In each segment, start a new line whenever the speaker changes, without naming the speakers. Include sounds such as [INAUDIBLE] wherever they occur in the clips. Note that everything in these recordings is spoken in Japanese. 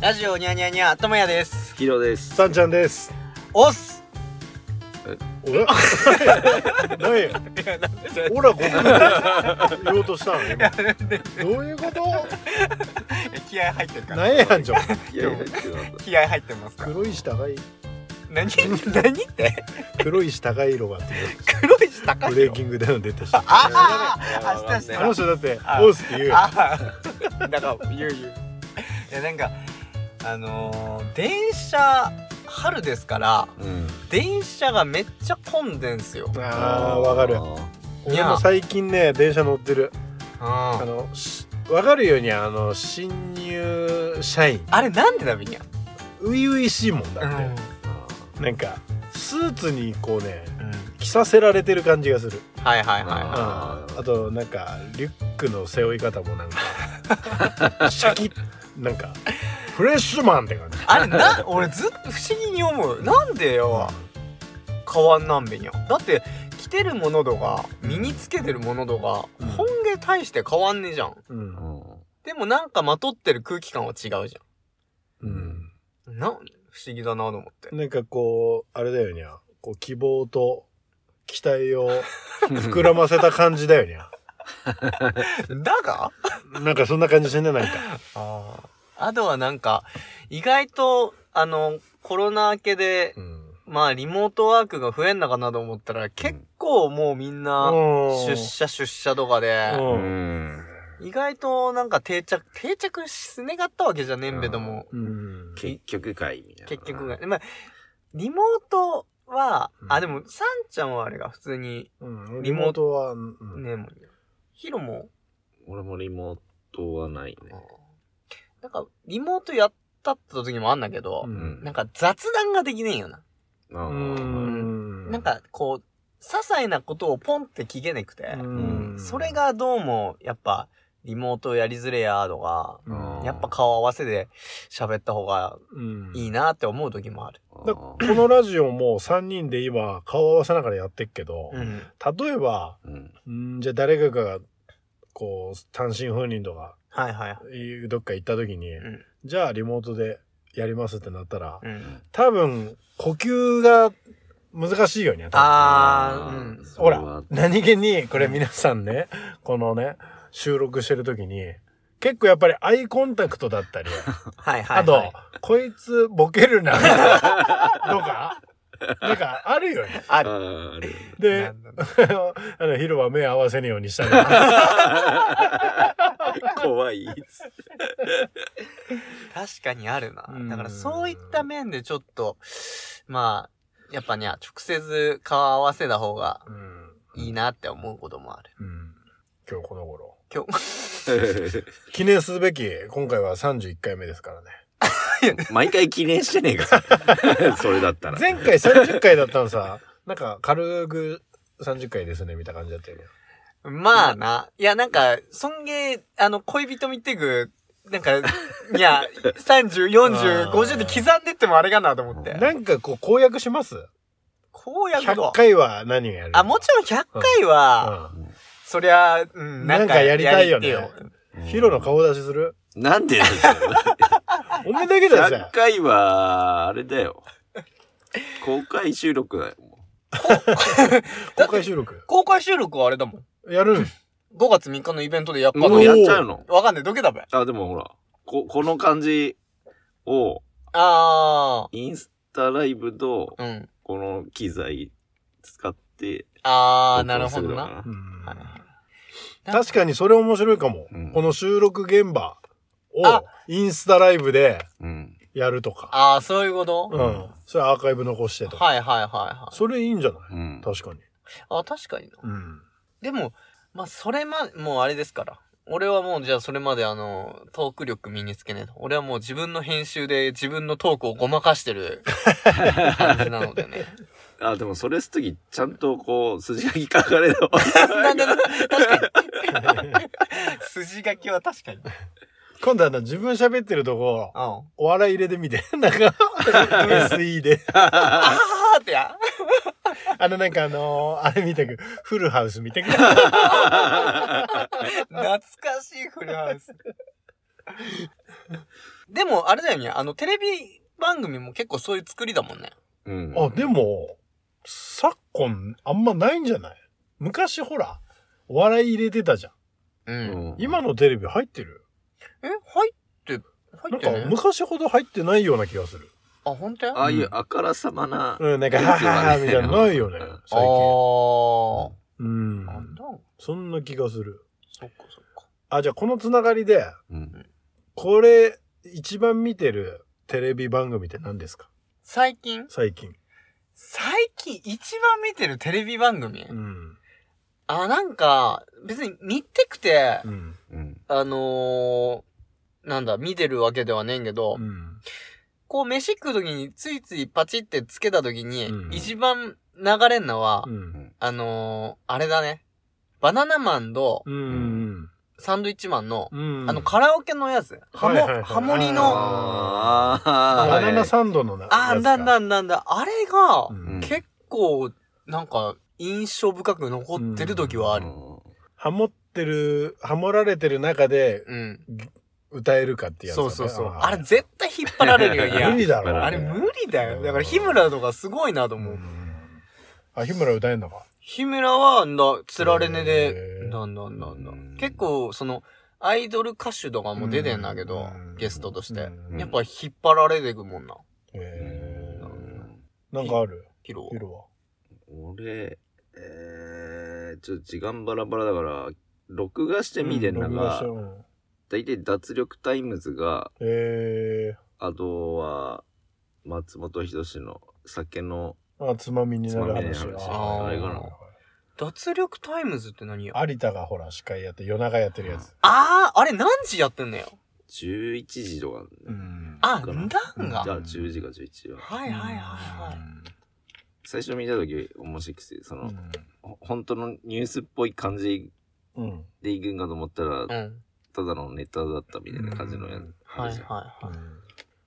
ラジオニャーニャーニャーともやです
ヒロです。
さんちゃんです。
おっす
[LAUGHS] え？何や。オラこんなこと言おうとしたの今。どういうこと？
気合入ってるから
何やんじゃん。
いやいや、違う
気合入ってますから
黒石高い
何 [LAUGHS] 何って
黒石高い色がっていう
黒石高
ブレイ
弘
キングダウン出た人。あ
ああ
わ
明
か
日
ん
明
ねえ
日
の人だって
あ
オースって言うよ。
ああだから言う言ういやなんかあのー、電車春ですから
うん。
電車がめっちゃ混んでんすよ、うん、
あーわかる。俺も最近ね電車乗ってる。あ
あ
のしわかるようにあの新入社員
れなんでだみんな
初々しいもんだ
うん
って。なんかスーツにこうね
うん
着させられてる感じがする。
はいはいは
あ
あー
となんかリュックの背負い方もなんかシャキッなんかフレッシュマンって感じ
いあれな俺ずっと不思議に思うなんでよ変わんなんべにゃだって着てるものとか身につけてるものとか
うん
本毛大して変わんねえじゃん
うん
でもなんかまとってる空気感は違うじ
うん、
ゃんな不思議だなと思って
なんかこうあれだよにゃこう希望と期待を膨らませた感じだよにゃ
だが
なんかそんな感じしねなんか
あとはなんか意外とあのコロナ明けで
うん
まあリモートワークが増えんのかなと思ったら結構もうみんな出社出社とかで
う
うんん。
意外となんか定着定着しねがったわけじゃねんべども
うん
結局かいみたいな。
結局が。まあ、リモートは、
うん
あ、でも、サンちゃんはあれが普通に、
うん、
リ
リ
モ
モ
ート
ートは、うん
ね、もう、ヒロも、
俺もリモートはないね。
なんか、リモートやったって時もあんだけど
う、ん
なんか雑談ができねえよな。
あ
う
ー
ん
なんか、こう、些細なことをポンって聞けねくて、
うん
それがどうも、やっぱ、リモートやりづれやとか、
うん
やっぱ顔合わせで喋った方が
うん
いいなって思う時もある。
だこのラジオも3人で今顔合わせながらやってっけど、
うん。
例えば
うん。
んじゃあ誰かがこう単身赴任とか
はいはい。
いうどっか行った時に、
うん
じゃあリモートでやりますってなったら、
うん。
多分呼吸が難しいよね多分
あー、うん。
そ
ほ
れは
ら何気にこれ皆さんね、このね収録してる時に結構やっぱりアイコンタクトだったり、
はいはい、はい。
あと、こいつボケるなとかなんかあるよね
あ
あ
る。
ーある。
で
なんだろう
[LAUGHS] あの、ヒロは目合わせぬようにしたから。
[LAUGHS]
怖いっつって。
確かにあるな
う。ん
だからそういった面でちょっと、まあ、やっぱね、直接顔合わせた方が
うん。
いいなって思うこともある。
うん。今日この頃。
今
記念すべき、今回は31回目ですからね。
[LAUGHS] 毎回記念してねえか。 [LAUGHS] それだったら。
前回30回だったのさ、 [LAUGHS] なんか軽く30回ですね、みたいな感じだったよね。
日。まあな。いや、なんか、尊敬、あの、恋人見てく、なんか、いや、30、40、
あー
50で刻んでってもあれかなと思って。
なんかこう公約します
こうやる
?100
と。
回は何をやる
あ、もちろん100回は、そりゃ、うん、なん
なん
か
かやりたいよね
やりて
うん。ヒロの顔出しする
なんでだよ。
おめだけだ
[LAUGHS] 100
ぜ。
回は、あれだよ。公開収録だよ。も
公開収録。
公開収録はあれだもん。
やるん
5月3日のイベントでやっ
う
か
も
ん
の
う
お
や
ー
っちゃうの
わかんない。どけだべ。
あ、でもほら、こ、この感じを、
あ
インスタライブと、
あ。うん。
この機材使って、
ああ、
録
なる
音す
ほど
の
な。
か
う。ん
はい
確かにそれ面白いかも
うん。
この収録現場を
あ
インスタライブで
うん。
やるとか。
ああ、そういうこと、
うん。それアーカイブ残してとか。
はいはいはいはい。
それいいんじゃない
うん。
確かに。
あ確かにな。
うん。
でも、まあ、それま、もうあれですから。俺はもうじゃあそれまであの、トーク力身につけねえと。俺はもう自分の編集で自分のトークをごまかしてる感じなので
[LAUGHS]
ね。
あ、でもそれすとき、ちゃんとこう、筋書き書かれる
[LAUGHS] なんでな、確かに。筋書きは確かに。
今度あの、自分喋ってるとこ、
あん。
お笑い入れてみて。 [LAUGHS] なんか、SE で。
あーってや。
あの、なんかあのーあれ見てく。フルハウス見てく。
懐かしいフルハウス。でも、あれだよね。あの、テレビ番組も結構そういう作りだもんね。
うん。
あ、でも、昨今、あんまないんじゃない昔ほら、お笑い入れてたじゃん。
う。
うんん、
今のテレビ入ってる
え、入って、入
な
っ
んか
てね。
昔ほど入ってないような気がする。
あ、本当や
ああいうあからさまな、
うん、なんか、
うん
はははみたいなのないよね
うん、
あ
最近。う
あー。なん
ん。
だ
そんな気がする。
そっかそっか。
あ、じゃあこのつながりで、
うん
これ、一番見てるテレビ番組って何ですか
最近
最近。
最近一番見てるテレビ番組、
うん。
あ、なんか、別に見てくて、
うん。
うん、
あのー、なんだ、見てるわけではねえんけど、
うん。
こう飯食うときについついパチってつけたときに、
うん
一番流れんのは、
うん。
あのー、あれだね。バナナマンと
うん。
サンドイッチマンの、
うん。
あのカラオケのやつ。ハモ、
はいはいはい
ハモリ
あ
の、
ああ、
バ
はい
ナナサンドのな。
あー、
やつ
だ
か
んだんだんだん、あれが
う、
うん
ん。
結構、なんか、印象深く残ってる時はある。
ハモってる、ハモられてる中で
うん。
歌えるかってやつだ
そ
ね。
うそうそう。
ー
あれ絶対引っ張られるよ、いや
無。 [LAUGHS] 理だろ。
あれ無理だよ。だから日村とかすごいなと
う
思う。
ん。あ、日村歌えんのか。
日村は、なんだ、つられね
へ
で、
ー
なんだなんだ
うん。
結構、その、アイドル歌手とかも出てんだけど
うん、
ゲストとして。。
うん
やっぱ引っ張られてくもんな、
へ
う
ー
ん
なんかある
ヒロ
ヒロは。
俺、えー、ちょっと時間バラバラだから、録画して見てんだ
録画
が
して、うん
大体脱力タイムズが、
え
あとは、松本人志の酒の、
ー。あ、つまみになる
つ
話
まみになる話
あれか脱力タイムズって何よ
有田がほら司会やって夜中やってるやつ。
あー、あれ何時やってんのよ。
11時とかなんだよね、
ん
あ、
から
なん
じゃ
が。
あ10時か11時は。
はいはいはいはい。
最初見た時面白くて、その、
い。
ほ本当のニュースっぽい感じ
うん。
でいくんかと思った
う
ら、
ん。
ただのネタだったみたいな感じのやつ。
はいはい
うん
はい。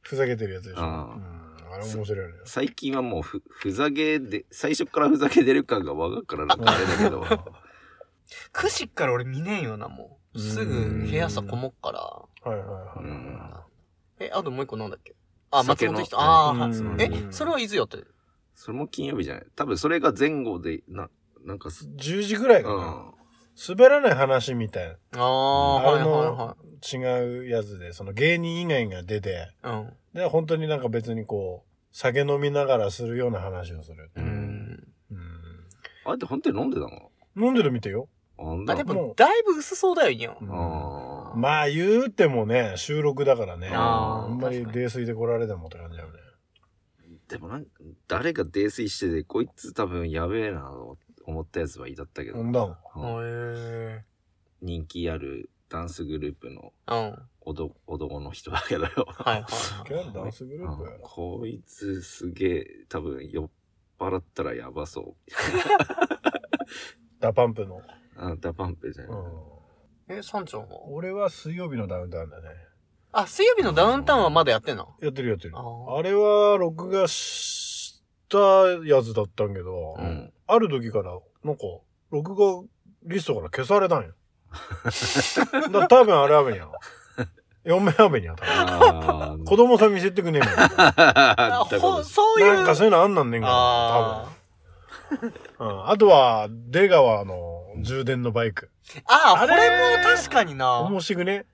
ふざけてるやつでしょ。うん
あー
あれ面白いよね。
最近はもうふ、ふざけで、最初からふざけ出る感がわがからなんかあれだけど、
[LAUGHS]
9時から俺見ねえよな、もう。すぐ部屋さこもっから。
はいは
うん
え、あともう一個なんだっけあ、松
酒の
本人。ああ、
うん
はい
う
え、
ん。
それはいつやってる
それも金曜日じゃない多分それが前後で、な、なんかす、
い。10時ぐらいうかな。
ん。
滑らない話みたいな。
ああ、
あ
はい
れの
は
違うやつで、その芸人以外が出て、
いはい。
で、本当になんか別にこう、酒飲みながらするような話をする。
う
うんん。
うん
あれって本当に飲んでたの
飲んでるみてよ。
あん
あ、
だ
で
も
も、
う
だいぶ薄そうだよ、今。
あー
まあ言うてもね、収録だからね。
あ
あ
ー
んまり
確かに
泥酔で来られてもって感じだよね。
でもなんか、誰か泥酔してて、こいつ多分やべえなと思ったやつはいたったけど、
飲んだの。
うん
へ
人気あるダンスグループの
え。うん。
男男の人だけどよ。
はいはい
[LAUGHS] ギ
はい。
ャルダンスグループ
うんこいつすげえ、多分酔っ払ったらやばそう。
ダパンプの。
あ、ダパンプじゃ
う
ない。
ん。
え、サンちゃんは
俺は水曜日のダウンタウンだね。
あ、水曜日のダウンタウンはまだやってんの
やってるやってる。
あ
あ
ー
れは録画したやつだったんけど、 [LAUGHS]
うん。
ある時から、なんか、録画リストから消されたんよ。だ多分あれやべんや。嫁やべんや、多分。
あー
子供さん見せてくねえもん。
あ
[LAUGHS] あったこ
ほ
と
そういう。
なんかそういうのあんなんねんから、
あ
多分。うん。あとは、出川の充電のバイク。
ーあ
あ
ー、
れ
これも確かにな。
面白くね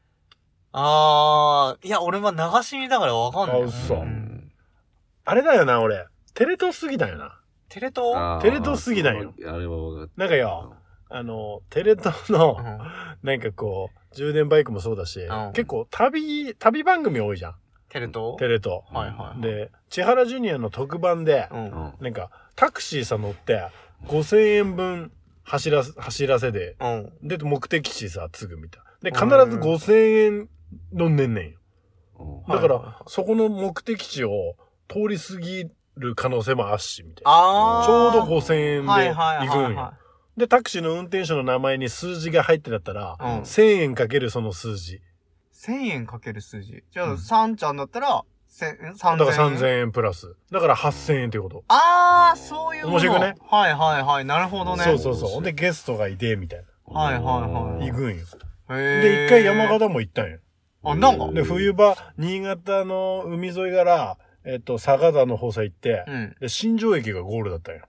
ああ、いや、俺は流し見だからわかんな
あ
い。
嘘
うん
あれだよな、俺。テレ東すぎだよな。
テレ東
あー
テレ東すぎないよ
そのあれは分かった。
なんかよ、あの、テレ東の
う、ん
なんかこう、充電バイクもそうだし、
ん
結構旅、旅番組多いじゃん。
テレ東
テレ東。
はいはい。
で、千原ジュニアの特番で、
うん。
う
うん。
ん。
なんか、タクシーさ乗って、5000円分走らせ、走らせで、
うん。
で、目的地さ、すぐみたい。で、必ず
うん
5000円飲んでんねんよ。
うん
だから、
はいはいはい
そこの目的地を通り過ぎる可能性もあっし、みたいな。
ああ。
ちょうど5000円
は
で
いはい
行
は
くん
い
よ
は。
で、タクシーの運転手の名前に数字が入ってだったら、
い。うん。
1000円かけるその数字。
1000円かける数字。じゃ
うん
あ、サンちゃんだったら、千ん3000円。
だから3000円プラス。だから8000円ってこと。
あー、そういうもの。
面白くね
はいはいはい。なるほどね。
そうそうそう。ほんで、ゲストがいて、みたい
はいはいはい
な。行くんよ。
へー
で、一回山形も行ったんよ。
あ、なんか。
で、冬場、新潟の海沿いから、えっと、坂田の方さ行って、
うん。
で、新庄駅がゴールだったんよ。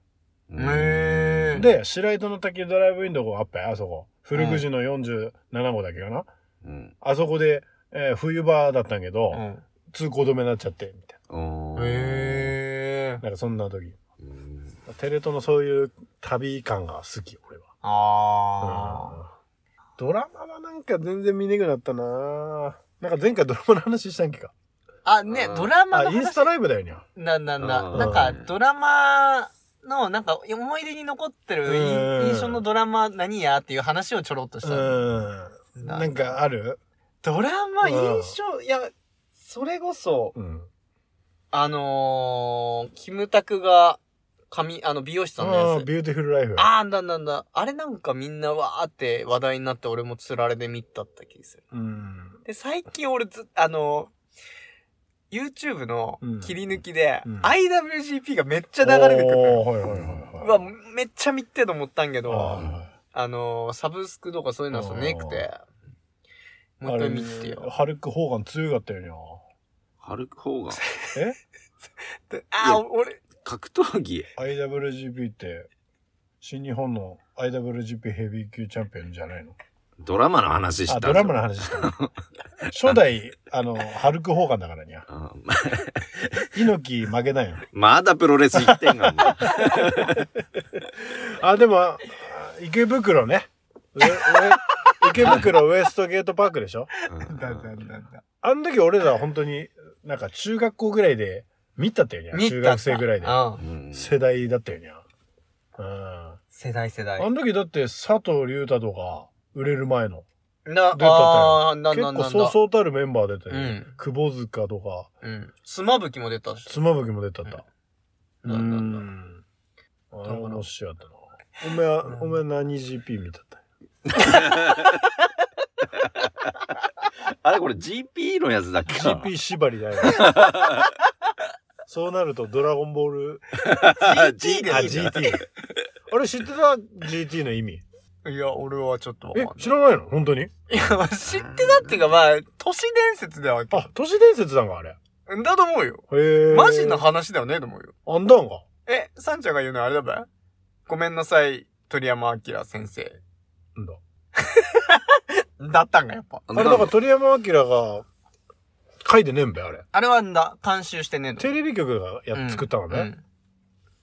うん
へー
で、白糸の滝ドライブインドがあったよ、あそこ。古くじの47号だっけかな。
うん。
あそこで、えー冬場だったんけど、
うん。
通行止めになっちゃって、みたい
おー
へー
な。なんかそんな時。
うん
テレ東のそういう旅感が好き、俺は。
あ
ドラマはなんか全然見ねくなったなぁなんか前回ドラマの話したんけか。
ー。あ、ね、ドラマ
あ、
の
インス
話
タライブだよね。
なんなんだ。
うん
なんか、ドラマの、なんか、思い出に残ってる
うん
い印象のドラマ何やっていう話をちょろっとし
う
た。
ん。なんかある
ドラマ
うん
印象、いや、それこそ、
うん。
あのー、キムタクが、髪、あの、美容師さんの
あ
や
あ、
つ。
ビューティフルライフ。
ああ、なんだなんだ。あれなんかみんなわーって話題になって俺も釣られて見たった気がする。
うん。
で、最近俺ず、あの、YouTube の切り抜きで、
うん
IWGP がめっちゃ流れてくる。
おーはいはいはいはいう
わ、めっちゃ見てと思ったんけど、
あ
あ
ー
の、サブスクとかそういうのはさ、ねくて、もう一回見てて
あれ
よ。
ハルク・ホーガン強かったよね。
ハルク・ホーガン。
でああ、俺、
格闘技。
IWGP って、新日本の IWGP ヘビー級チャンピオンじゃないの
ドラマの話した。
あ、ドラマの話したの。 [LAUGHS] 初代、あの、ハルク・ホーガンだからにゃ。
あ。
猪木負けないよ。
[LAUGHS] まだプロレス行ってん
[LAUGHS]
がんな。
あ、でも、あ池袋ね。う [LAUGHS] えうえ池袋ウエストゲートパークでしょ
うん
あの時俺らは本当に、なんか中学校ぐらいで見たってよにゃ。
見た
中学生ぐらいで。
うん
うん
世代だったよにゃ。うん。
世代世代。
あの時だって佐藤龍太とか売れる前の
な
出た、と
ああ、なん
結
だなん
構
だ。
そうそうたるメンバー出たよ、
う
ね
ん
久保塚とか
うん。妻夫木も出たし。
妻夫木も出たったう
うんん
あれ面白かったなおめは、
うん
おめは何 GP 見たった
あれこれ GP のやつだっけな
GP 縛りだよ
[LAUGHS]
そうなるとドラゴンボール
あ
GT だ
あ
GT
GT あれ知ってた GT の意味
いや、俺はちょっとわかん
え
ない。
知らないの本当に
いや、まあ知ってたっていうか、まあ、都市伝説だわけ。
あ都市伝説なんかあれ
だと思うよ。
へえ
マジな話だよね、と思うよ。
あんだんか
え、サンちゃんが言うのはあれだべごめんなさい、鳥山明先生。
なんだ
だったんか、やっぱ。
あ
あれだから鳥山明が書いてねえんべあれ
あれはんだ、監修してねえの。
テレビ局がやっ作ったの
う
ね。
ん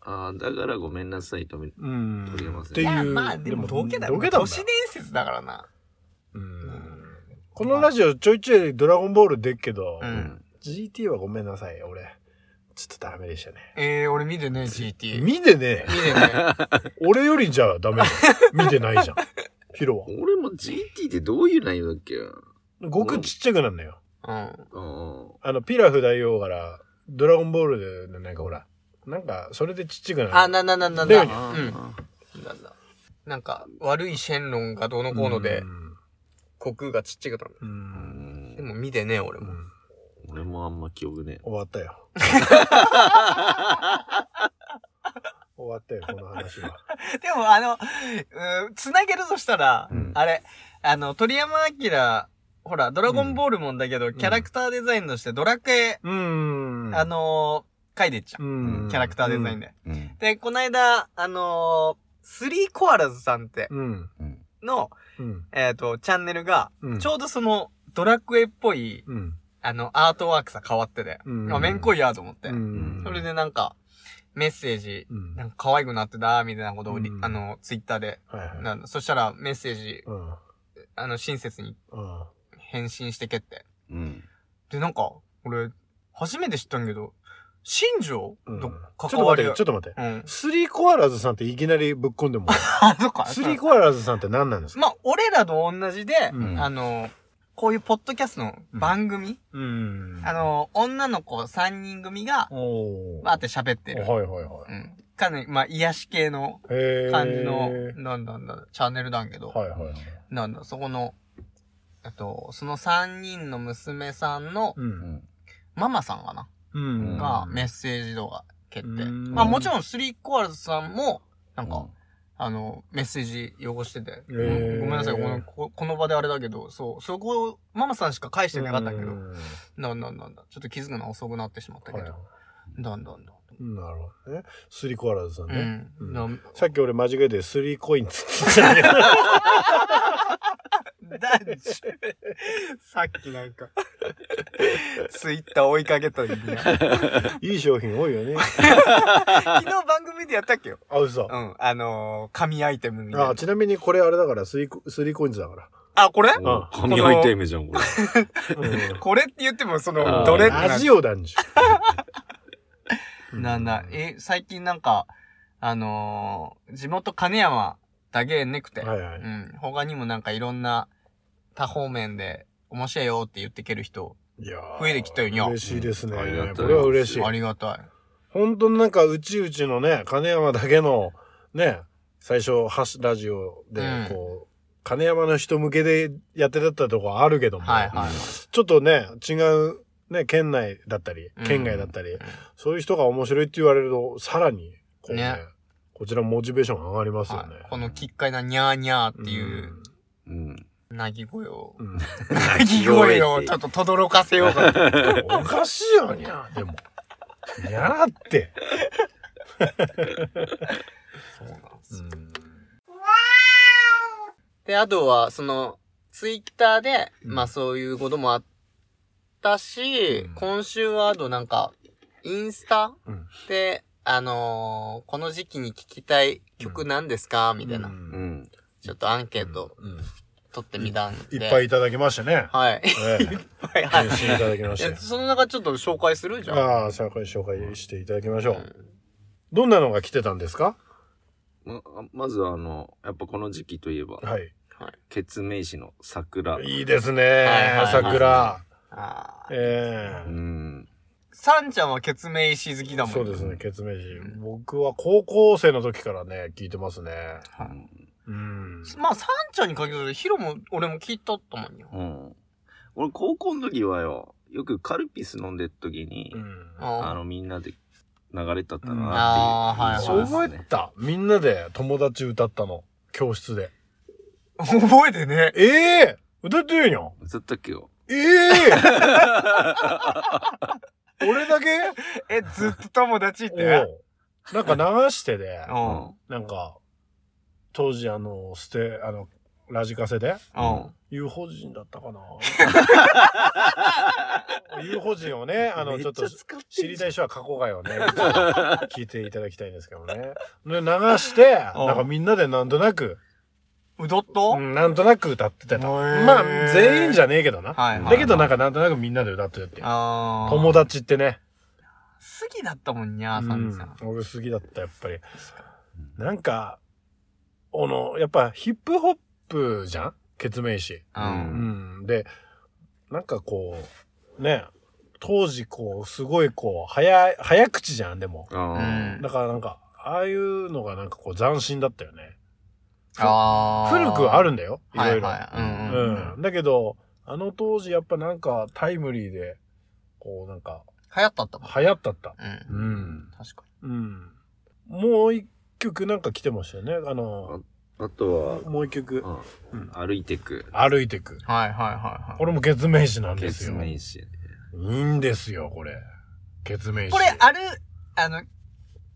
あだからごめんなさい、とめ。
うん。
取り合わせ
ってい。
いうや、まあ、でも、どけだよ。
どけだも
都
ん
市
な
伝説だからな。
うんこのラジオちょいちょいドラゴンボールでっけど、
う。
うんん
GT はごめんなさい、俺。ちょっとダメでしたね。
えー、俺見
[LAUGHS]
てねえ、GT。見
見てねえ、
てね
俺よりじゃダメだよ。見てないじゃん。ヒロは。
俺も GT ってどういう内容だっけ
ごくちっちゃくなんだよ。
え。
[LAUGHS]
うん。
うん
あの、ピラフ大王から、ドラゴンボールで、なんかほら、なんか、それでちっちゃくなる。
あ、な、な、な、な、
だよ
な。
ね
うん。なんだ。なんか、悪いシェンロンがどうのこうので
う、ん
悟空がちっちゃくなる。
う。
うんん
でも見てねえ、俺
う
も。
ん
俺もあんま記憶ね
終わったよ。終わったよ、この話は。
[LAUGHS] でも、あの、うーつなげるとしたら、
うん
あれ、あの、鳥山明、ほら、ドラゴンボールもんだけど、
ん
キャラクターデザインとしてドラクエ、
うん
あ、のー、書いてっちゃう。
うん
キャラクターデザイン。で。
え。うん
で、こないだ、あのー、スリーコアラズさんって、
うん。
うん
の、
うん。
えっ、と、チャンネルが、
うん。
ちょうどその、ドラクエっぽい、
うん。
あの、アートワークさ変わってて、
うん
あ、めんこいやと思って、
うん。
それでなんか、メッセージ、
うん。
なんか可愛くなってた、みたいなことをり、
うん
あの、ツイッターで、
はいはい。
なんだそしたらメッセージ、
うん。
あの、親切に
うん。
返信してけって。
うん。
で、なんか、俺、初めて知ったんけど、新庄
うん [LAUGHS]
と
ち
関
ょっと
わり
待って
が
よ、ちょっと待って。
うん。
スリーコアラズさんっていきなりぶっこんでも。
あ、そっか。
スリーコアラズさんって何なんですか
まあ、俺らと同じで、
うん
あの、こういうポッドキャストの番組、
うん
あ、の、女の子3人組が、
おー。
バーって喋ってる。
はいはいは
うん。かなり、まあ、癒し系の
い。へー。
感じの、なんだなんだ、チャンネルだんけど、
はいはいはい。
なんだ、そこの、えっと、その3人の娘さんの
う。
うんん
ママさんかな、
うん。
がメッセージ動画蹴って。
うん
まあもちろんスリーコアラズさんも、なんか、あの、メッセージ汚してて。
へ
ごめ
ー
んなさい、この、ここの場であれだけど、そう、そこを、ママさんしか返してなかったけ
う
ど、
ん
なんだなんだなんだ、ちょっと気づくの遅くなってしまったけ
はい
ど、
はい
だんだんだ。
なるほどね。スリコアラズさん
う
ね。
ん。
うん
だ
さっき俺間違えてスリーコインつってたけど
だ [LAUGHS] さっきなんか、ツイッター追いかけた時 [LAUGHS] に、昨
いい商品多いよね。
日番組でやったっけよ。
あ、
う
嘘。
ん。あのー、紙アイテムみたいな
あ、。ちなみにこれあれだから、スリーコ、スリーコインズだから。
あ、これ
お神アイテムじゃん、これ。
これって言っても、そ
あ
の、
ー
どれって
ラジオ男女。
なんだ、え、最近なんか、あのー、地元金山だけえんねくて、
はいは
う
い。
ん、他にもなんかいろんな多方面で面白いよって言ってける人、
いやー
増えてきたよにゃ
嬉しいですね。
うんありがとうございます
これは嬉しい
あ。りがたい。
本当になんか、うちうちのね、金山だけの、ね、最初、はしラジオで
うん、
こう、金山の人向けでやってたとこあるけども、
はいはい。
ちょっとね、違う、ね、県内だったり
うん、
県外だったり、
ん
そういう人が面白いって言われると、さらに、こうね、
ね
こちらモチベーション上がりますよね。
はい、このきっかいなニャーニャーっていう、
うん。
鳴き声を、
うん。
鳴き声をちょっと轟かせようかと。
うんおかしいよ、にゃーでも。にゃーって。
そうなんです
うん
で、あとは、その、ツイッターで、
うん
まあそういうこともあったし、
うん
今週はあとなんか、インスタ
うん
で、あのーこの時期に聴きたい曲なんですか、みたいな、
うん
うん。
ちょっとアンケート
うん
取ってみたんで。
いっぱいいただきましたね。
はい。 [LAUGHS] いっ
ええ
ぱい、はい。
返信いただきまし
い
たよ
やその中ちょっと紹介するじゃん。
ああ、紹介紹介していただきましょう。
うん
どんなのが来てたんですか
ま、まずはあの、やっぱこの時期といえば、
はい。
ケツメイシの桜。
いいですね、
いはい
桜。
あー
え
う
え
ん。
サンちゃんはケツメイシ好きだもん
そうですね、ケツメイシ。僕は高校生の時からね、聞いてますね。うん。
まあ、サンちゃんに限らず、ヒロも俺も聞いたったもんよ。
うん。俺、高校の時はよ、よくカルピス飲んでる時に、
うん
あ
あ
の、みんなで流れたったなっていう。
そう覚え
ですね。
た。みんなで友達歌ったの。教室で。
ー [LAUGHS] 覚えてね。
ええ歌ってるよ。
ずっと今日。
ええ俺だけ
え、ずっと友達っ
お
て。
うなんか流してで、
う。
うん
うん。
なんか、当時あの、捨て、あの、ラジカセで、
あ
UFO 人だったか [LAUGHS] な ?UFO 人をね、あの、ちょっと知りたい人は過去外をね、聞いていただきたいんですけどね。で、流して、
うん
なんかみんなでなんとなく、
うどっと
うんなんとなく歌ってた。ま
ー
あ、全員じゃねえけどな。
はいはい。
だけどなんかなんとなくみんなで歌ってるっていう。
ああ。
友。達ってね。
好きだったもんにゃ
う
ー、サンちゃん
ん。、俺好きだった、やっぱり。なんか、あの、やっぱヒップホップじゃんケツメイシ。
う。
うん
うん。で、なんかこう、ね、当時こう、すごいこう、早い、早口じゃん、でも。
うん。
だからなんか、ああいうのがなんかこう、斬新だったよね。
ああ。
古くはあるんだよ、い
は
ろ
い
いろ。
はい。うんうん。
うん。だけど、あの当時やっぱなんかタイムリーで、こうなんか、
流行ったったもん。
流行ったった。
うん。
うん。
確か
うん。もう一曲なんか来てましたよね。あの、
あと
もう一曲、
は、
うん
うん、歩いてく。
歩いてく。
に。はいはいはいはい。
これもケツメイシなん
ケ
です
ツ
よ。
メ
い
イシ。
いんですよ、これ。ケツメイシ。
これ、ある、あの、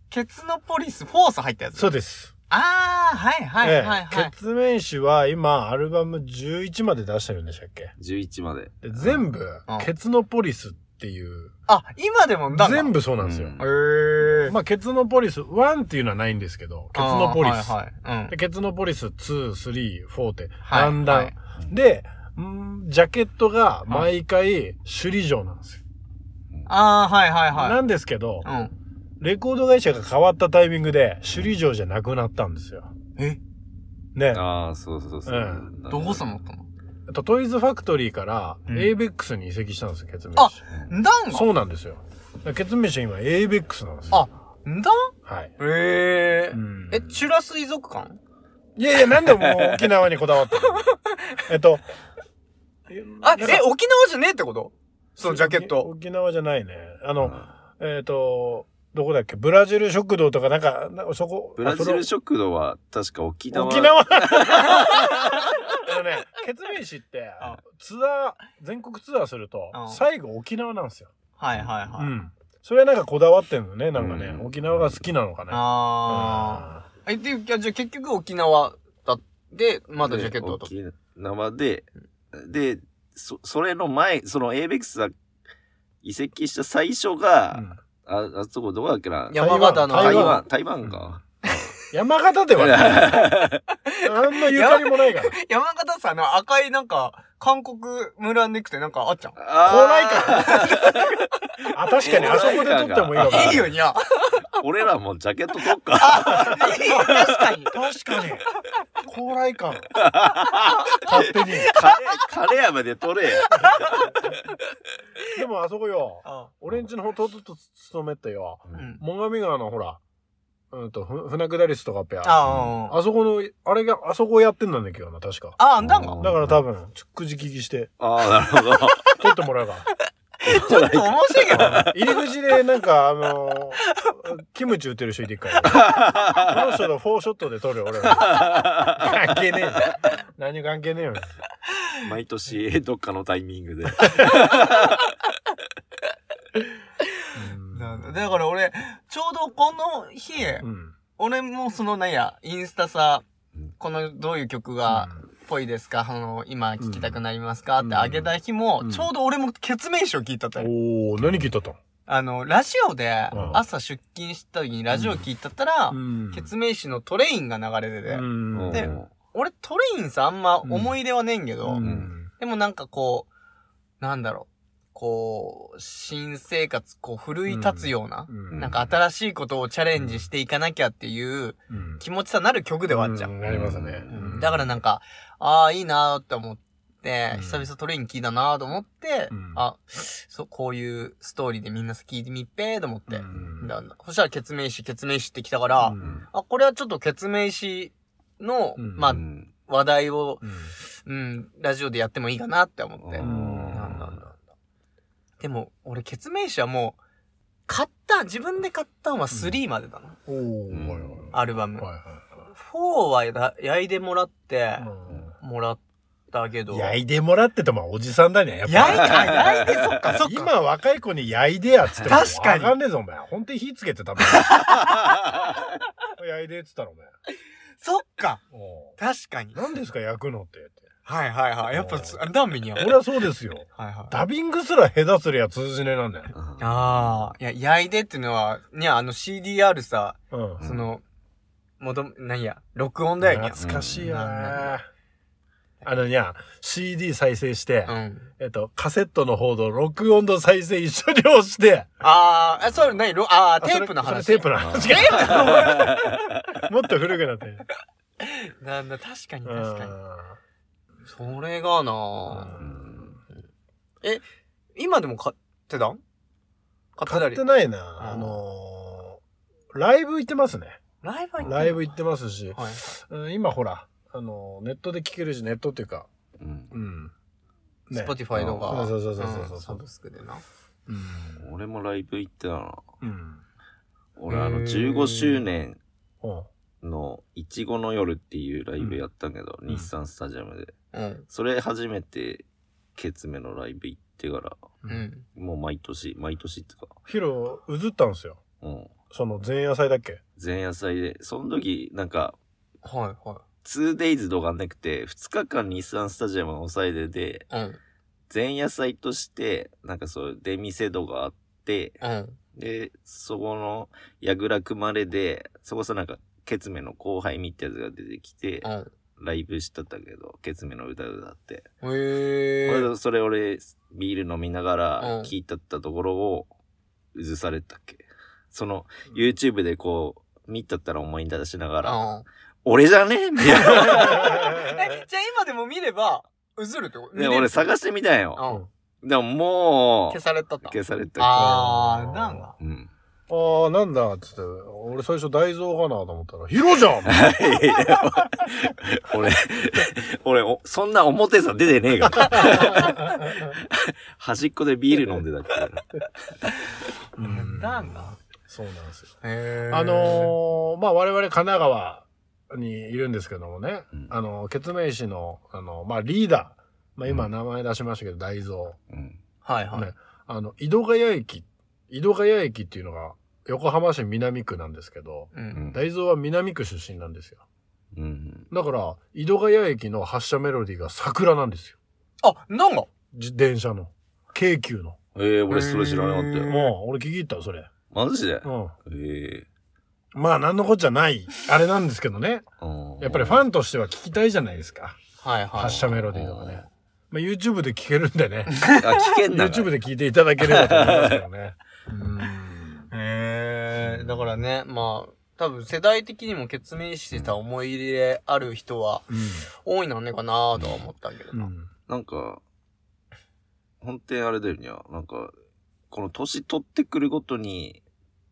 ケツのポリス、フォース入ったやつ。
そうです。
ああ、はいはいはい
え
は
え
い
ケ。ツメイシは今、アルバム11まで出してるんでしたっけ
11まで。
で全部
うん、
ケツノポリスっていう、
あ、今でもなんだ。
全
部。
部そうなんですよ。
うん
へえ。
まあ、ケツノポリス1っていうのはないんですけど、ケツノポリス。
あーはいはい。
でケツノポリス2、3、4って、
はい
だんだん。
はい
で、んージャケットが毎回首里城なんですよ。
うん。ああ、はいはいは
なんですけど、
い。うん。
レコード会社が変わったタイミングで首里城じゃなくなったんですよ。
え
ね。
ああ、そうそうそう。
うん
どこさまったの
えっとトイズファクトリーから
うん
ABEX に移籍したんですよ、ケツメイ
あ
シ。
んだんが
そうなんですよ。だからケツメイシは今 ABEX なんですよ。
あ、んだん
はい。
へえ
う。ん
え、チュラ水族館
いやいや、なんでもう沖縄にこだ [LAUGHS] わってるのえっと。
あ、
なんか
え、沖縄じゃねえってことそのジャケット。
沖沖縄じゃないね。あの、えっ、と、どこだっけブラジル食堂とかなんか、なそこ。
ブラジ
あそれ
ル食堂は確か沖縄
沖縄あのね、ケツメイシって
あ
ツアー、全国ツアーすると
あ
最後沖縄なんですよ。
はいはいは
う
い。
ん。それはなんかこだわってんのね、なんかね。
うん
沖縄が好きなのかね。
ああ。え、で、じゃあ結局沖縄だで、まだジャケットだと。
で沖縄で、で、そ、それの前、その ABEX が移籍した最初
う
が、
ん
あ、あそこどこだっけな
山形の
台
台
湾
湾、
台湾か。
山形ではない。何のゆかりもないから。
山形さんの赤いなんか、韓国村ネクタイなんかあっちゃん。
あー
[LAUGHS] あ、確かにあそこで撮ってもいいのか
あ
な。
いいよ、にゃ。
俺らもジャケット取っか。
いいよ確かに。
確かに。高麗感。勝手
カ
に。
レー、カレー山で取れ。
でもあそこよ、
あ
俺んちの弟と勤めてよ、
う。ん。
最上川のほら、うんと、ふ船下りすとかっぺや。あ
ああ。
そこの、あれが、あそこやってんだんだけどな、確か。
ああ、なんか、
だから多分、ちょくじ聞きして、
ああ、なるほど。
撮ってもらうから。
ちょっと面白いけど。
[LAUGHS] 入り口でなんかあのーキムチ売ってる人いてっから [LAUGHS] この人のフォーショットで撮るよ俺は関係ねえよ何も関係ねえよ
毎年、どっかのタイミングで。
うん
だから俺、ちょうどこの日、
うん
俺もそのなんや、インスタさ
うん、
このどういう曲がぽいですか、あの、今聴きたくなりますか、
うん
ってあげた日も、
うん
ちょうど俺も決面書聞いたったよ
おお何聞いとったの
あの、ラジオで
うん
朝出勤した時にラジオ聞いたったら、
うん
ケツメイシのトレインが流れてて、
うん
で
うん
俺トレインさあんま思い出はねえんけど、
うん
でもなんかこう、なんだろう、こう、新生活、こう、奮い立つような、
うん
なんか新しいことをチャレンジしていかなきゃっていう
うん
気持ちさなる曲ではあっちゃう。
んなりますね
う
だからなんか、ああ、いいなーって思って、
うん
久々トレイン聞いたなーと思って、
うん
あ、そう、こういうストーリーでみんな聞いてみっぺーと思って。
うん
だそしたら、ケツメイシ、ケツメイシって来たから、
うん
あ、これはちょっとケツメイシの、
うん
まあ、
うん
話題を、
う
う
ん
ん、ラジオでやってもいいかなって思って。
う
なんだなんだ。でも、俺、ケツメイシはもう、買った、自分で買ったのは3までだな、
おお
うん
はいはい
アルバム。
はい
4はや焼いでもらって、
は
もらったけ
い
ど。
焼いてもらってとまあおじさんだねやっぱ
焼いて、あ焼いて、そっか、そっか。
今若い子に焼いでやっつっても
確かに
わかんねえぞお前本当に火つけてたもん [LAUGHS] 焼いでっつったのお前
そっか。
お
確かに
う。何ですか焼くのって
はいはいはい。やっぱ、つあれダメにや。
俺はそうですよ
はいはい。
ダビングすら下手すりゃ通じねえなんだよ、
ああ、いや、焼いでっていうのは、にゃ、あの CDR さ、
うん、
その、もと、何や、録音だよにゃ。
懐かしい
な
なあのにゃ CD 再生して、
うん。
えっとカセットの方と録音と再生一緒に押して
ああ、えそれ何ろああ、
あ
テープの
それ
話。
それテープの話
テープの話。
[LAUGHS] もっと古くなって
なんだ、 [LAUGHS] 確かに
うん
確かに。それがなあ今でも買ってたん買ってた
買っ
り
て。ないなあのーライブ行ってますね
ライブは行ってんの
ライブ行ってますし、
はい。
うん今ほら、あの、ネットで聞けるし、ネットっていうか、
うん
うん。
スポティファイとか。
うんそうそうそうそうそうん
サブスクでな。
うん。
俺もライブ行ってたな。
うん。
俺あの
へー
15周年
うん。
のいちごの夜っていうライブやったけど、
ん
日産スタジアムで。
うん。
それ初めて、ケツメのライブ行ってから、
うん。
もう毎年、毎年ってか、
ヒロ、うずったんですよ。
うん。
その前夜祭だっ
[LAUGHS]
け
前夜祭で、その時、なんか、
はいは
2days 度がなくて、2日間日産スタジアムを抑えてで、
い。うん。
前夜祭として、なんかそう、出店度があって、
うん。
で、そこの、矢倉組まれで、そこさなんか、ケツメの後輩みってやつが出てきて、
うん。
ライブしたったけど、ケツメの歌歌って。
へえー。
俺それ俺、ビール飲みなが
うん
ら聞いたったところを、うずされたっけ。その、YouTube でこう、見たったら思い出しながら、
うん [LAUGHS]
俺じゃねえみたいな。
え、じゃあ今でも見れば、うずるってこと
で、俺
さ
探してみたん
う
よ。
ん。
でももう
消、されたった。
消されたっ
あー、なんだ。
け。うん。
[LAUGHS] あー、なんだ、つって、俺最初大蔵かなと思ったら、ヒロじゃ
[LAUGHS]
ん
俺、俺、おそんな表さ出てねえから。端っこでビール飲んでたっけ。
うん
なんだ。
そうなんですよ。
へー
あのーまあ、我々神奈川にいるんですけどもね、
うん
あの、ケツメイシの、あの、まあ、リーダー、まあ、今
うん
名前出しましたけど、大蔵、
うん。
はいはい。
ねあの、井戸ヶ谷駅、井戸ヶ谷駅っていうのが、横浜市南区なんですけど、
う。
うんん。
大蔵は南区出身なんですよ。
うん。
だから、井戸ヶ谷駅の発車メロディーが桜なんですよ。
あ、なんか
自電車の。京急の。
えー、俺それ知らなかった
う
よ
ん。
もう、俺聞き入ったわそれ。
マジで
うん。
え
まあ、なんのこっちゃない、あれなんですけどね。
ー。
やっぱりファンとしては聞きたいじゃないですか。
はいはい。
発車メロディーとかね。まあ、YouTube で聞けるんでね。
あ、聞けんだ。
YouTube で聞いていただければと思いますけ
[LAUGHS]
どね。
へえ、だからね、まあ、多分世代的にも決明してた思い入れある人は多いのねかなとは思ったけど
うん。う
な。
ん。
なんか、本当あれだよにゃ。なんか、この年取ってくるごとに、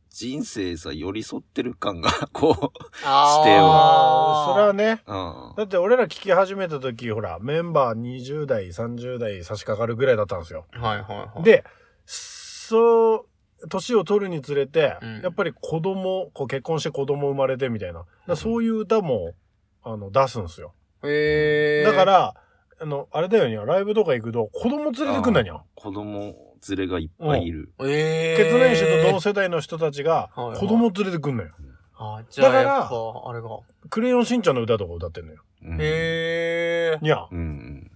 人生さ、寄り添ってる感が、 [LAUGHS] こ
あー
して
ああ、それはね。
う、うん。
だって俺ら聞き始めた時、ほら、メンバー20代、30代差し掛かるぐらいだったんですよ。
はいはいはい。、
で、そう、年を取るにつれて、
うん
やっぱり子供、こう結婚して子供生まれてみたいな、だからそういう歌も、あの、出すんですよ。
へえ。
だか、ら、あの、あれだよにゃ、ライブとか行くと、子供連れてくんだにゃ。
子供連れがいっぱいいる。
ええ。
血年種と同
せ。
世代の人たちが、
はいはい
子供連れてくんのよ。
あ、じゃあ
だから
やっぱ、あれが。
クレヨンしんちゃんの歌とか歌ってんのよ。
うん
へえ。
にゃ。
うんうん。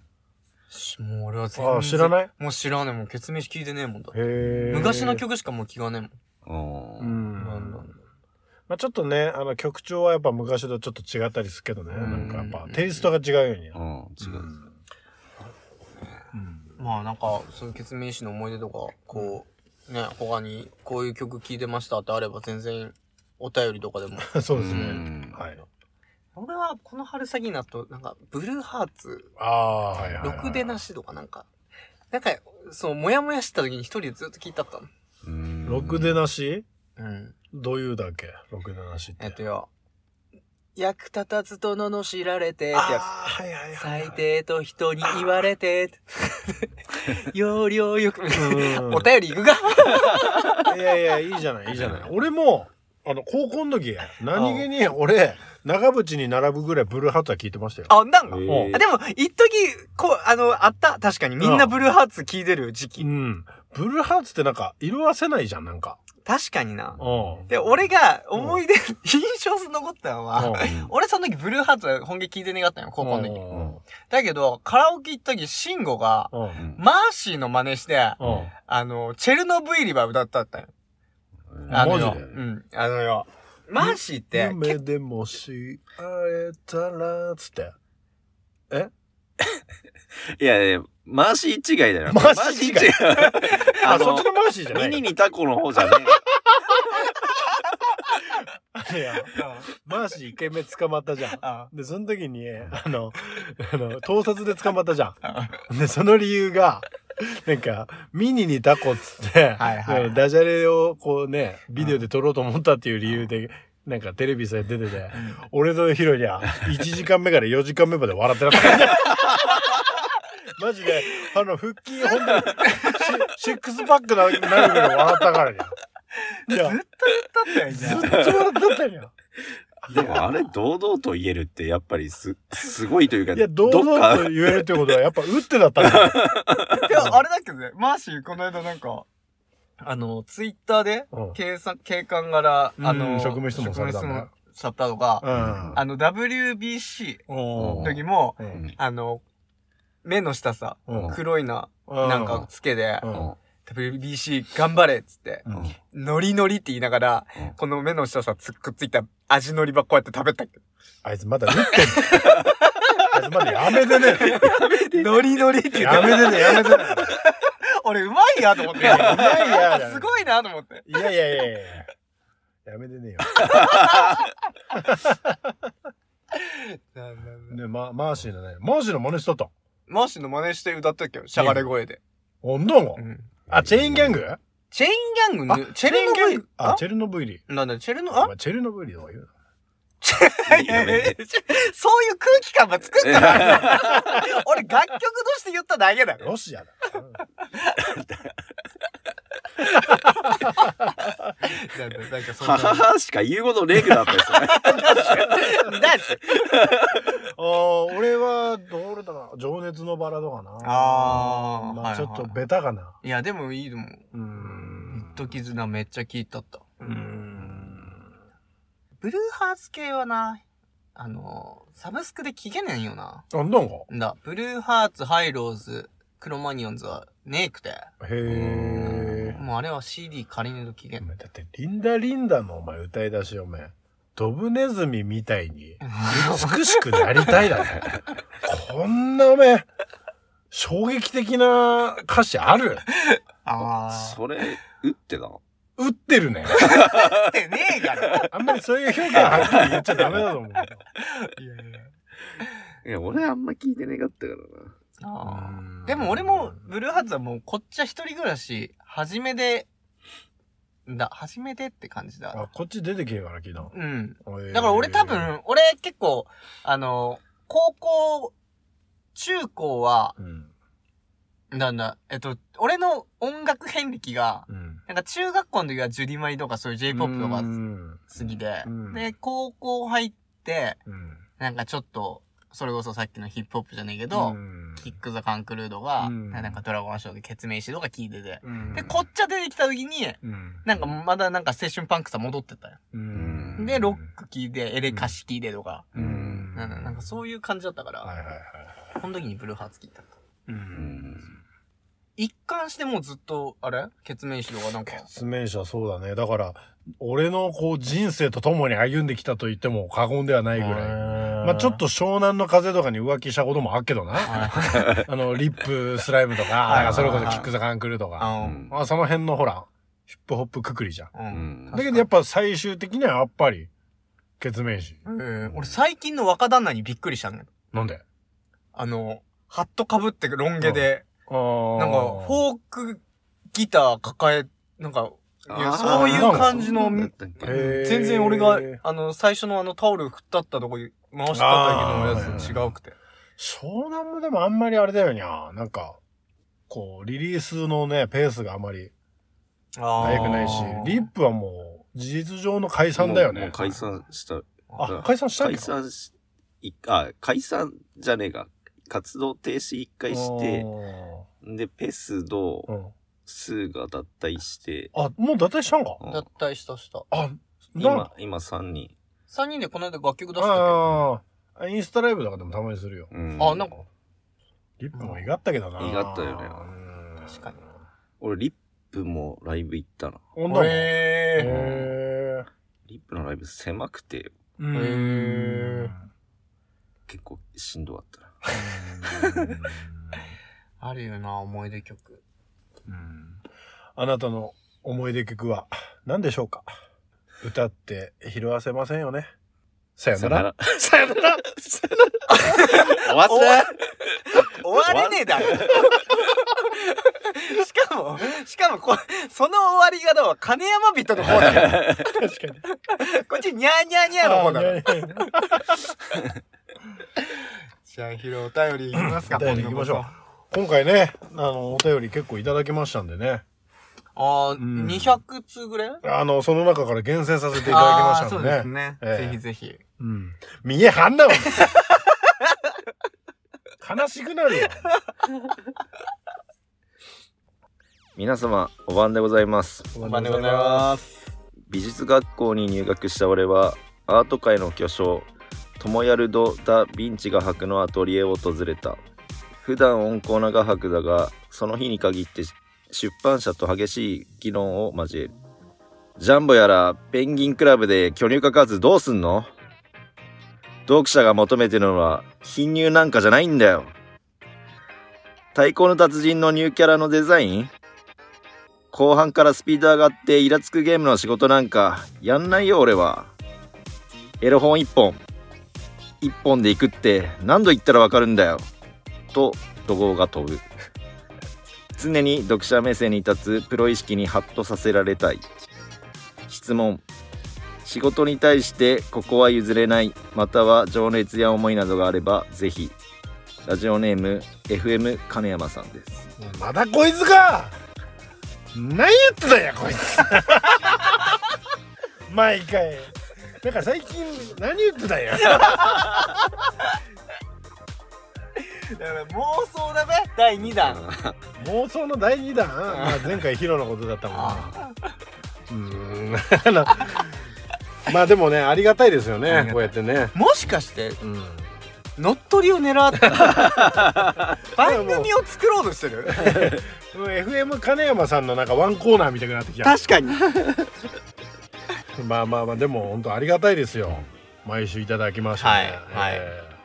しもう俺は全然。。
ああ、知らないい
もう知らねえもん。決明し聞いてねえもんだ。
へえ。
昔の。曲しかもう聞かねえもん。
あ
う
ー
ん。
なんだろう
まあちょっとね、あの曲調はやっぱ昔とちょっと違ったりするけどね。なんかやっぱ
うん
テイストが違うように。
うん、違う。
うん
まあなんか、そういう決明誌の思い出とか、こう、ね、他にこういう曲聴いてましたってあれば全然お便りとかでも。
そうです
う
ね。
ん
はい。
俺はこの春先になると、なんか、ブルーハーツ、
ああ、はいはい
ろ
はい。
くでなしとかなんか、なんか、そう、もやもやしてた時に一人でずっと聴いたったの。
うん
ろくでなし
うん。
どういうだっけろくでなしっ。
えってとよ、役立たずと罵られてってやつ。
ああ、はいはいはいはい。
最低と人に言われ [LAUGHS] て、要領よく、
うん
お便り行くか
いやいや、いいじゃない、いいじゃない。俺も、あの、高校の時、何気に俺、長渕に並ぶぐらいブルーハーツは聞いてましたよ。
あ、なんか
え
うん
あ
ー
でも、一時こう、あの、あった。確かに。みんな
うん
ブルーハーツ聴いてる時期。
うん。ブルーハーツってなんか、色褪せないじゃん、なんか。
確かにな
う。ん。
で、俺が思い出、 [LAUGHS] 印象残ったのは、
うん
俺その時ブルーハーツは本気聴いてなかったのよ、高校の時。
うん
だけど、カラオケ行った時、シンゴが、
うん。
うん
マーシーの真似して、
うん。
あの、チェルノブイリは歌ったったよ。
うん
あのよ
マジで
うん。あのよ。マーシーって、
夢でもし会えたら、つって。
いやいや、回し違いだよ。
[LAUGHS] 回し違い
回し違いあ
あ、そっ
の
ち、のマーシーじゃない
ミニにタコの方じゃね
いや、マーシー一回目捕まったじゃん。
あ
で、その時に、あの、あの、盗撮で捕まったじゃん。で、その理由が、なんか、ミニにタコっつって、
はいはい
ダジャレをこうね、ビデオで撮ろうと思ったっていう理由で、なんかテレビさえ出てて、俺とヒロには1時間目から4時間目まで笑ってなかった。マジで、あの、腹筋、ほんとにシ、シックスパックななるぐらい笑ったからね。いや、
歌ったよ、じ
[LAUGHS] ず
ゃ
っと笑ってたんよ。
え。でもあれ、堂々と言えるって、やっぱりす、すごいというか、
いや、堂
どっ
々
か
と言えるってことは、やっぱ打ってだったんだよ。
あ。いや、あれだっけどね、マーシーこの間なんか、あの、ツイッターで、
うん
警察、警官から、あ
う
の、
ん職務質問された
職
んだね
務質問されたとか、
うん。
あの、WBC
うん
の時も、
うん
あの、目の下さ、
うん
黒いな、
うん
なんかつけで
う、ん
WBC 頑張れっつって、
うん
ノリノリって言いながら
うん、
この目の下さ、つくっついた味のりばこうやって食べたっけ
あいつまだ打ってんの。あいつまだやめてね。
ノリノリって言っ
や
て、
めてね、やめてね。
俺うまいやと思って。
いやうまいや
っぱすごいなと思って。
いやいやいやいややめてねえよ。ね、ま、マーシーのね、マーシーの真似しとった。
マーシーの真似して歌ったっけよ、しゃがれ声で。
あんなの
うん
あ、チェインギャング
チェインギャングね、チェルノブイリ
あ、
あ
チェルノブイリ。
なんだ、チェルノ、
お
あ
前チェルノブイリとか言う
いやいやいや [LAUGHS] そういう空気感は作ったな。 [LAUGHS] 俺楽曲として言っただけだ
な。
ろ。 [LAUGHS]
ロシアだ。
なんかなんかそん
はは
な。
はしか言うことレグだったです
[LAUGHS]
ね。
何
ああ、俺は、どれだな。情熱のバラとかな。
あー
ま
はいはい
ちょっとベタかな。
[LAUGHS] いや、でもいいと思う。
うーん。
一時絆めっちゃ聞いたった。
うーん。
ブルーハーツ系はな、あの、サブスクで聞けねんよな。
あ、なんか。
んだ、ブルーハーツ、ハイローズ、クロマニオンズはねえくて。
へ
もうあれは CD 借りねえと聞け
え。お
ん。
前だって、リンダリンダのお前歌い出しお前、ドブネズミみたいに美しくなりたいだね。こんなお前、衝撃的な歌詞ある
[LAUGHS] [LAUGHS] あ
それ、打ってた
打ってるね。
あ。ってねえから。
あんまりそういう表現はっきり言っちゃダメだと思う
い
よ。
やいや。
いや、俺あんま聞いてなかったからな。
あー
うん
でも俺も、ブルーハーツはもうこっちは一人暮らし、初めで、んだ、初めでって感じだ。
あ、こっち出てけえから聞いたの。
うん。
へえ
だから俺多、分、俺結構、あの、高校、中高は、
うん。
なんだ、えっと、俺の音楽遍歴が、
うん。
なんか中学校の時はジュリマリとかそういう J-POP とか
うん
好きで
うん、
で、高校入って、
うん。
なんかちょっと、それこそさっきのヒップホップじゃねえけど、
うん
キック・ザ・カンクルードが、
うん
なんかドラゴンショーで決明しとか聞いてて、
うん
で、こっちは出てきた時に、
うん
なんかまだなんか青春パンクさ戻ってたよ。
うん
で、ロック聞いて、エレカシ聞いてとか、
うん
なんかなんかそういう感じだったから、
はいはいはい。
この時にブルーハーツ聞いた。
う。
うんん。
一貫してもうずっと、あれ決明しとかなんか、
説明者そうだね。だから、俺のこう人生と共に歩んできたと言っても過言ではないぐらい。まあちょっと湘南の風とかに浮気したこともあっけどな。
あ
あの、リップスライムとか、
はい
なんかそれこそキックザカンクルとか。
の、
ん
まあその辺のほら、ヒップホップくくりじゃん。
う。
うんん
だけどやっぱ最終的にはやっぱり、決明詞。
うん俺最近の若旦那にびっくりしたんだよ。
なんで
あの、ハット被ってロン毛で、
あー
なんか、フォークギター抱え、なんか、いや
あー
そういう感じの
そうだったっけ
へー
全然俺が、あの、最初のあのタオル振ったったとこに回しただけのやつ
あー
違うくて。
湘南もでもあんまりあれだよにゃ。なんか、こう、リリースのね、ペースがあまり
あ
早くないし、リップはもう、事実上の解散だよ
もう
ね
もう。解散した。
あ、解散したん
解
だ。
散し、いあ、解散じゃねえか。活動停止一回して、で、ペス
う
ド、
ん。
スーが脱退して、
あ、もう脱退したんか
うん
脱退したした。
あ、なん
今
か、
今3人。
3人でこの間楽曲出したけど。
ああ、インスタライブとかでもたまにするよ。
うん
あ、なんか、
リップもいがったけどな。
いがったよね
うん
確かに。
俺、リップもライブ行ったな。
ほんだもん
へ
へえ。
リップのライブ狭くて、
う
へー
ん。
結構しんどかったな。
あるよな、思い出曲。
うんあなたの思い出曲は何でしょうか歌って拾わせませんよね。さよなら。
ら。さよなら。 [LAUGHS] さよな [LAUGHS] ら。終わっ
終われねえだろ [LAUGHS] しかも、しかもこ、その終わり方は金山人の方だ
[LAUGHS]
よ。
確かに。
こっちニャーニャーニャーの方だろ。じゃあ、ヒロお便りいきますか。
お便りいきましょう。 [LAUGHS] 今回ね、あの、お便り結構いただきましたんでね。
ああ、
ん
200通ぐらいい
あの、その中から厳選させていただきました
そ
ん
う
で
で
ね。
すね。
え
ぜ
え
ひぜひ。
うん。見えはんなもん。悲しくなるよ。
皆様、お晩でございます。
お
す。
美術学校に入学した俺は、アート界の巨匠、トモヤルド・ダ・ヴィンチ画伯のアトリエを訪れた。普段温厚な画伯だが、その日に限って出版社と激しい議論を交える。ジャンボやらペンギンクラブで巨乳化数どうすんの読者が求めてるのは貧乳なんかじゃないんだよ。太鼓の達人のニューキャラのデザイン後半からスピード上がってイラつくゲームの仕事なんかやんないよ俺は。エロ本一本。一本で行くって何度言ったらわかるんだよ。と怒号が飛ぶ。常に読者目線に立つプロ意識にハッとさせられたい。質問仕事に対してここは譲れないまたは情熱や思いなどがあればぜひラジオネーム FM 金山さんです
まだこいつか何やってたんやこいつ [LAUGHS] 毎回なんか最近何言ってたんや
だから妄想だべ第2弾
妄想の第2弾、まあ、前回ヒロのことだったもん [LAUGHS] ねうーんあのまあでもねありがたいですよ
ありがた
ね
い
こうやってね
もしかして
うん
乗っ取りを狙って
[LAUGHS]
た番組を作ろうとしてる
この FM 金山さんのなんかワンコーナーみたいになってきた
確かに
まあまあまあでも本当ありがたいですよ毎週いただきましたね、
はいはい
えー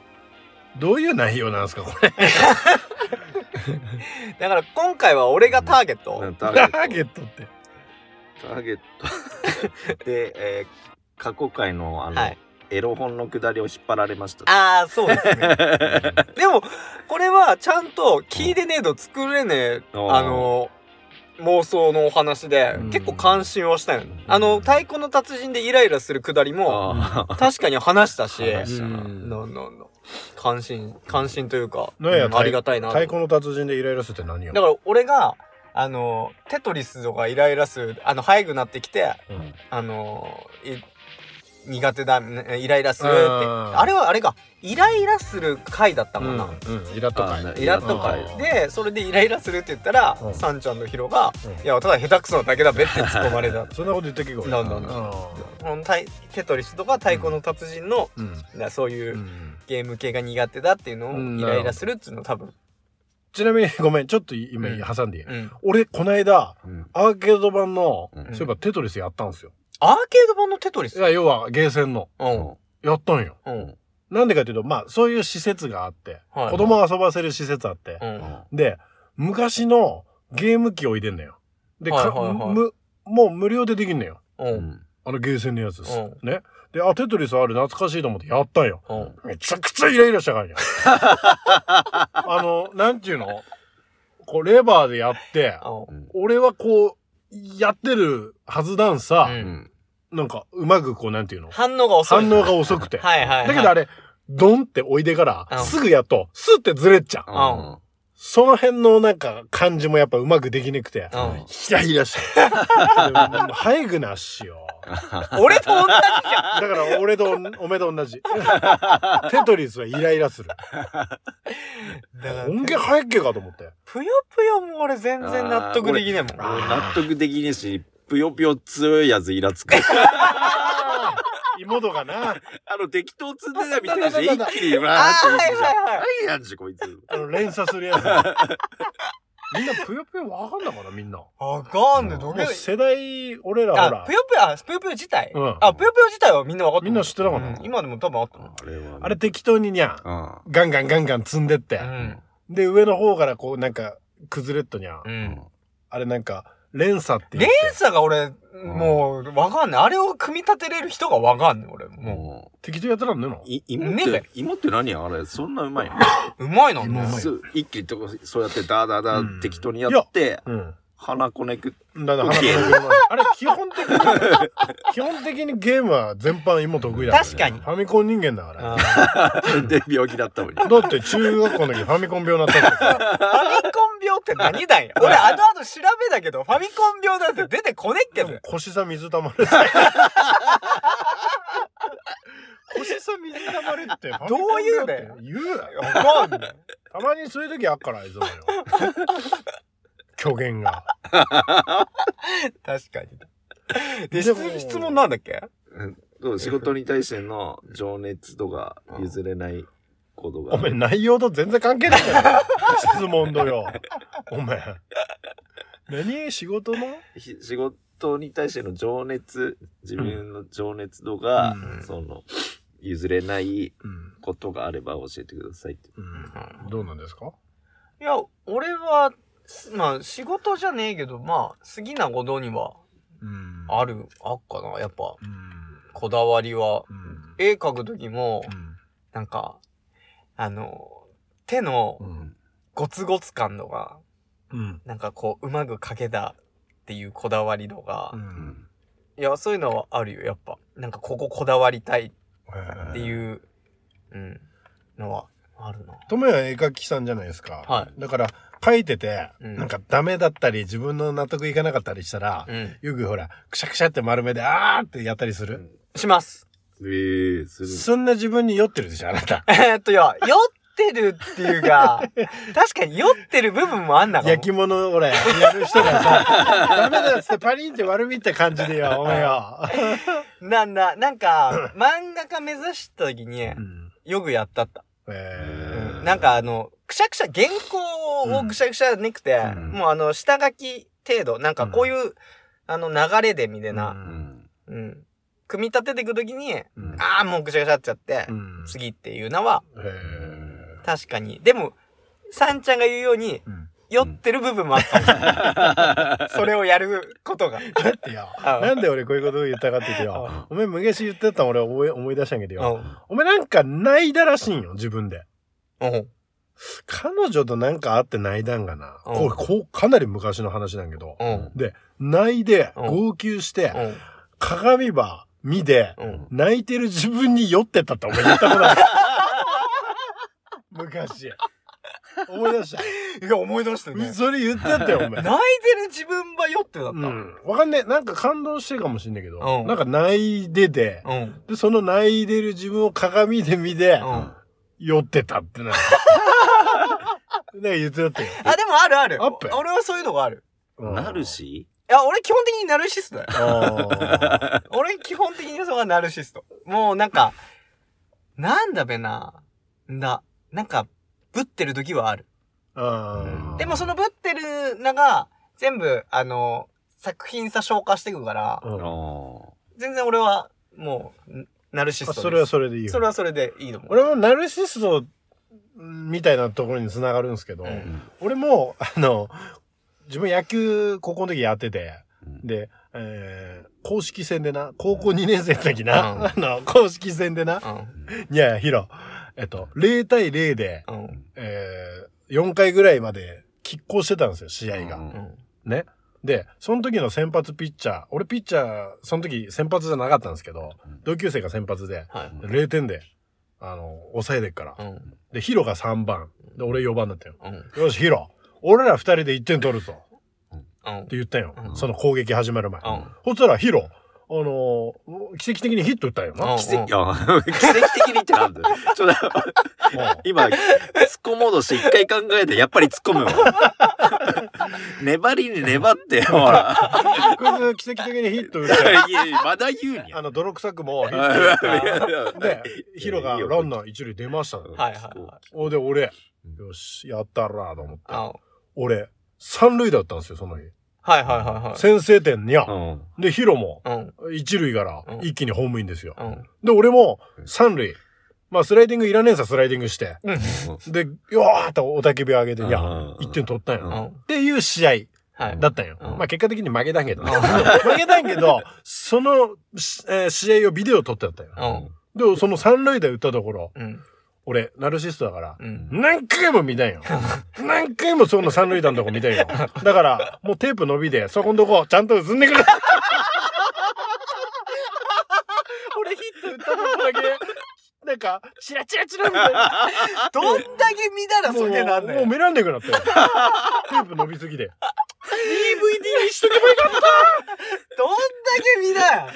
どういう内容なんですかこれ
だから今回は俺がターゲット
うん
タ
ターゲット
ーゲットって
ターゲッ
[LAUGHS]
トで、えー過去回のあの、
はい
エロ本のくだりを引っ張られました
ああそう
[LAUGHS]
ですねでもこれはちゃんと聞いてねえと作れねえ
おー
あの妄想のお話で
うん
結構感心はしたよねあの太鼓の達人でイライラするくだりも
あー
確かに話したし
話した
う
なん
ののの関心関心というか、
なんや
うんありがたいなと
太鼓の達人でイライラするって何よ
だから俺があのテトリスとかイライラするあの早くなってきて
うん
あのい苦手だねイライラするって
うん
あれはあれかイライラする回だったもんな、
うんうんイラッとかい
あー
イラっとか
うん
でそれでイライラするって言ったら、
うん
さんちゃんのヒロが「
うん
いやただ下手くそなだけだべ」って突っ込まれ
[LAUGHS]
た
そんなこと言ったっけこれ
なんだなんだこのタイテトリスとか太鼓の達人の、
うん
なそういうう、
ん
ゲーム系が苦手だっていうの
う
を
ん
イライラするっつうの多分、
ちなみにごめんちょっと今
うん
挟んでいい、
うん、
俺この間
うん
アーケード版の、
うん
そういえばテトリスやったんですよ
アーケード版のテトリ
い
ス
や要はゲーセンの
うん
やったんよ
うん
なんでかっていうとまあそういう施設があって、
はい
子供遊ばせる施設あって
う、
うんん
で昔のゲーム機置いてんのよで、か
はいはいはい
むもう無料でできんのよ
う
うんん
あのゲーセンのやつです、
うん
ねであテトリスある懐かしいと思ってやったんよ
うん
めちゃくちゃイライラし
[LAUGHS]
たからね。あの、なんちゅうのこう、レバーでやって、俺はこう、やってるはずなんさ、
う
うんん
なんか、うまくこう、なんていうの
反応が遅い
反応が遅くて。
はいはい、はい、
だけどあれ、ドンっておいでか
うん
ら、すぐやっと、スってずれっちゃう。
あ
その辺のなんか、感じもやっぱうまくできなくて、
うん
ヒラヒラしてる。ハイグなっしよ。
俺と同じじゃん
だから俺とおんおめと同じ。テトリスはイライラする。
だから
音源入っけかと思って。
ぷよぷよも俺全然納得できねえもん
俺納得できねえしぷよぷよ強いやつイラ
[LAUGHS]
つく
妹がな、
あの適当積んでたみたいなし
だだだ
一気にうわー
あ
って
あはいはいはい
何やんじこいつ
あの連鎖するやつ。みんなぷよぷよわかんだからみんな。も
わかんねえど
う
け
世代、俺らほ
あ
ら
ぷ、よぷよあぷよぷよ自体、
うん
あぷよぷよ自体はみんな分かった
みんな知ってたかな
うん今でも多分あったな
あれは
あれ適当ににゃ、
あ
ガンガンガンガン積んでって
う、ん
で、上の方からこうなんか、崩れっとにゃ
う、
うん
あれなんか、連鎖って言
連
って
鎖が俺もう分かんないあれを組み立てれる人が分かんない俺も
も
適当やってたんねの
う。い芋っ
ねえ
て芋って何やあれそんなうまいの
うまいなんだ
う
よ
まい
そう一気にとこそうやってダーダーダ
う
ー
ん
適当にやって
うん。
鼻こねく
だから花の車あれ基本的に、基本的にゲームは全般芋得意だからね
確かに
ファミコン人間だから。
あー
で病気だったのに
だって中学校の時ファミコン病になったから
[LAUGHS] ファミコン病って何だよ俺あの後調べたけどファミコン病なんて出てこねっけ
で
ど
も腰さ水溜ま
[LAUGHS]
る腰さ水溜まるってファミコン病って言うなよ
分かんない
たまにそういう時あっからあいつ
[LAUGHS]
もよ虚言が
確かにで
で
質
も
質問なんだっけ
そう仕事に対しての情熱とか譲れないことが
お前内容と全然関係ないじゃない質問だよお前何仕事の
ひ仕事に対しての情熱自分の情熱とか、
うん
その譲れない
うん、
ことがあれば教えてくださいって
うん、どうなんですか
いや俺はすまあ仕事じゃねえけどまあ好きなことには
うん
あるあっかなやっぱ
うん
こだわりは
うん
絵描く時もなんかあの手の
うん
ゴツゴツ感とか
うん
なんかこううまく描けたっていうこだわりとか
う、
うんん
いやそういうのはあるよやっぱなんかこここだわりたい
へー
っていう、うん、のはあるな。
友也は絵描きさんじゃないですか。
は
だから、描いてて、
うん
なんかダメだったり、自分の納得いかなかったりしたら、
うん。
よくほら、くしゃくしゃって丸目で、あーってやったりする。
します。 [LAUGHS]
えー、する。
そんな自分に酔ってるでしょ、あなた。
えーっとよ、酔ってるっていう [LAUGHS] か、確かに酔ってる部分もあんなかも。
焼き物、俺、やる人
[LAUGHS]
がさ、ダメだっつってパリンって丸みった感じでよ、お前よ。
なんだ、なんか、 [CLEARS THROAT] 漫画家目指した時に、
うん
よくやったった。
え
うん
なんかあの、くしゃくしゃ、原稿をくしゃくしゃなくて、
うん
もうあの、下書き程度、なんかこういう、あの、流れでみた
ー
いな、
うん。
うん、組み立てていくときに、
うん
ああ、もうぐしゃぐしゃっちゃって、
うん
次っていうのは、
へー
確かに。でも、さんちゃんが言うように、
うん
酔ってる部分もあったもんそれをやることが。
だってよ、
あ
なんで俺こういうことを言ったかって言ってよ、お前昔言ってたの俺思い思い出したんやけどよ、
う
お前なんか泣いだらしいんよ、自分で。
ん。うん。
彼女となんか会って泣いだんがな。
うん
こう、こう、かなり昔の話なんやけど、
うん。
泣いで、
うん
号泣して、
うん。
鏡ば見で、
うん。
泣いてる自分に酔ってたってお前言ったことある。 [LAUGHS] 昔。思い出した。
いや、思い出した
それ言ってたよ、お前。
泣いてる自分は酔ってだった。
う。ん。わかんねえ。なんか感動してるかもしんないけど、
うん
なんか泣いでで、
うん。
で、その泣いでる自分を鏡で見て、
うん
酔ってたって [LAUGHS] な。なんか言ってたってよ。
あ、でもあるある。
アップ
俺はそういうのがある。
うん
[LAUGHS] なる。し
いや、俺基本的にナルシストだよ。
あ
俺基本的にそこはナルシスト。もうなんか、なんだべな。な、なんか、ぶってる時はある。
あ。
でもそのぶってるのが、全部、あの、作品さ消化していくから、
うん、あ
あ
全然俺は、もう、ナルシストです。
それはそれでいいよ。
それはそれでいいと思う。
俺もナルシストみたいなところにつながるんですけど、
うん
俺も、あの、自分野球高校の時やってて、
ー。
で、えー、公式戦でな、高校2年生の時な、
うん
あの、公式戦でな、いやいや、ヒロ、えっと、0対0で、
うん。うん。
えー、4回ぐらいまで拮抗してたんですよ、試合が。
うん
うん。
ね。で、その時の先発ピッチャー、俺ピッチャー、その時先発じゃなかったんですけど
うん、
同級生が先発で、
はい。
0点で、あの、抑えてっから
う。ん。
で、ヒロが3番。で、俺4番だったよ。
うん。
よし、ヒロ、俺ら2人で1点取るぞ。っ
うん
て。言ったよ
う。ん
その攻撃始まる前。
うん。
そしたら、ヒロ、あのー奇跡的にヒット打ったよな。
奇跡、
うん
いや、
奇跡的に言って
なんでちょっと、今、突っ込もうとして一回考えて、やっぱり突っ込
[LAUGHS]
むわ。粘りに粘って、ほ
[LAUGHS]
ら。
こいつ奇跡的にヒット打っ
い
たよ。
やいやまだ言うん
あ
や。
の、泥臭くもヒット打った
[LAUGHS]
よ。で
で、
ヒロがランナー一塁出ましたの。
はいはいはい。
おで、俺
うん、
よし、やったら、と思って。
あ
俺、三塁だったんですよ、その日。
はいはいはいはい。
先制点にゃ。
うん。
で、ヒロも、
うん。
一塁から
うん
一気にホームインですよ。
うん。
で、俺も
う、ん
三塁。まあ、スライディングいらねえさ、スライディングして。
うん。
で、よーっとおたけび上げて、いや
うん、
一点取ったん
う
よ。
ん
っていう試合
はい。
だったんよ。
うん
まあ、結果的に負けたんけど。
うん
[LAUGHS] 負けたんけど、その、しえー試合をビデオ撮ってやったよ。
うん。
で、その三塁打打ったところ、
うん。
俺、ナルシストだから、
うん。
何回も見たん
[LAUGHS]
よ。何回もその三塁打のとこ見たんよ。だから、もうテープ伸びで、そこんとこ、ちゃんと映んでくれ。
[LAUGHS] 俺ヒット打った
だけなんか、チラチラチラみた
[LAUGHS]
いな。
どんだけ見たら
も、
そうりゃなんね
もう見らんねえくな
[LAUGHS]
ったよ。テープ伸びすぎで。
DVD にしとけばよかった [LAUGHS] どんだけ見なよ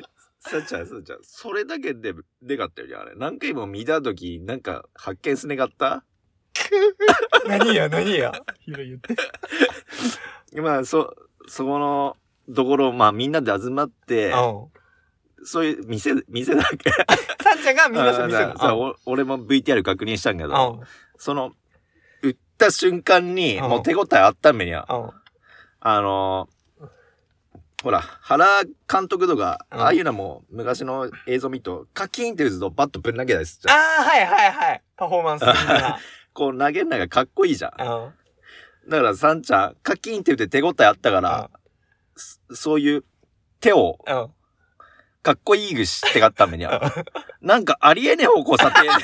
[LAUGHS]
さっちゃん、さっちゃん、それだけで、でかったよりあれ。何回も見たとき、なんか、発見すねがった
何や何や
ヒロ言って。
まあ、そ、そこの、ところ、まあ、みんなで集まって、
う
そういう、店、店だっけ
ん。さんちゃんがみんな
あ
そう見せる
[LAUGHS] だ。からお俺も VTR 確認したんけ
うん。
ど、その、打った瞬間に、
うん
もう手応えあったんめにゃ。
うん。
あのーほら、原監督とか、
うん
ああいうのも昔の映像見ると、カキーンって打つとバットぶん投げたりするじ
あ
ゃ
あ、
ん。
はいはいはい。パフォーマンス的
[LAUGHS]
な。
こう投げんのがかっこいいじゃん。だ
うん。
から、サンちゃん、カキーンって打って手応えあったから、そそういう手を
うん。
かっこいいぐしてかっためにゃ。なんかありえねえ方向さって。
[LAUGHS]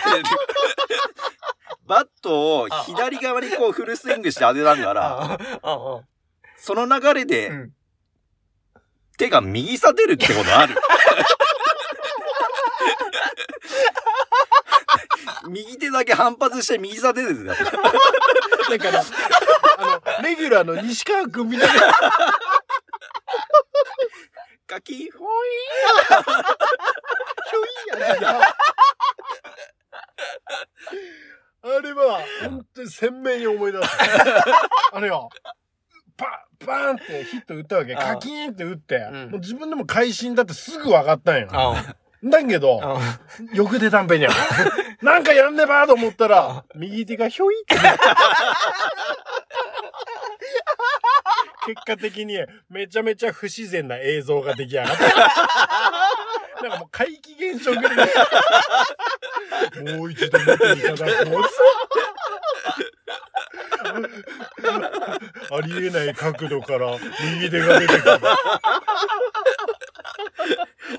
バットを左側にこうフルスイングして当てたんだから、
う
その流れ
ん。う
で
ん。
手が右さ出るってことある。右手だけ反発して右座出てた。
だから、あの、レギュラーの西川くんみたいな。
ガキほ
あれは、本当に鮮明に思い出す。あれよ、パン、パンってヒット打ったわけ。
ああ
カキーンって打って、
うん
もう自分でも会心だってすぐ分かったんよ。
あ
だけど、
あ。
よく出たん [LAUGHS] ぺにゃ。なんかやんねばと思ったら、右手がひょいって。 [LAUGHS] 結果的にめちゃめちゃ不自然な映像が出来上がった。 [LAUGHS] なんかもう怪奇現象ぐらい。もう一度見ていただこう。 [LAUGHS] ありえない角度から右手が出てくる。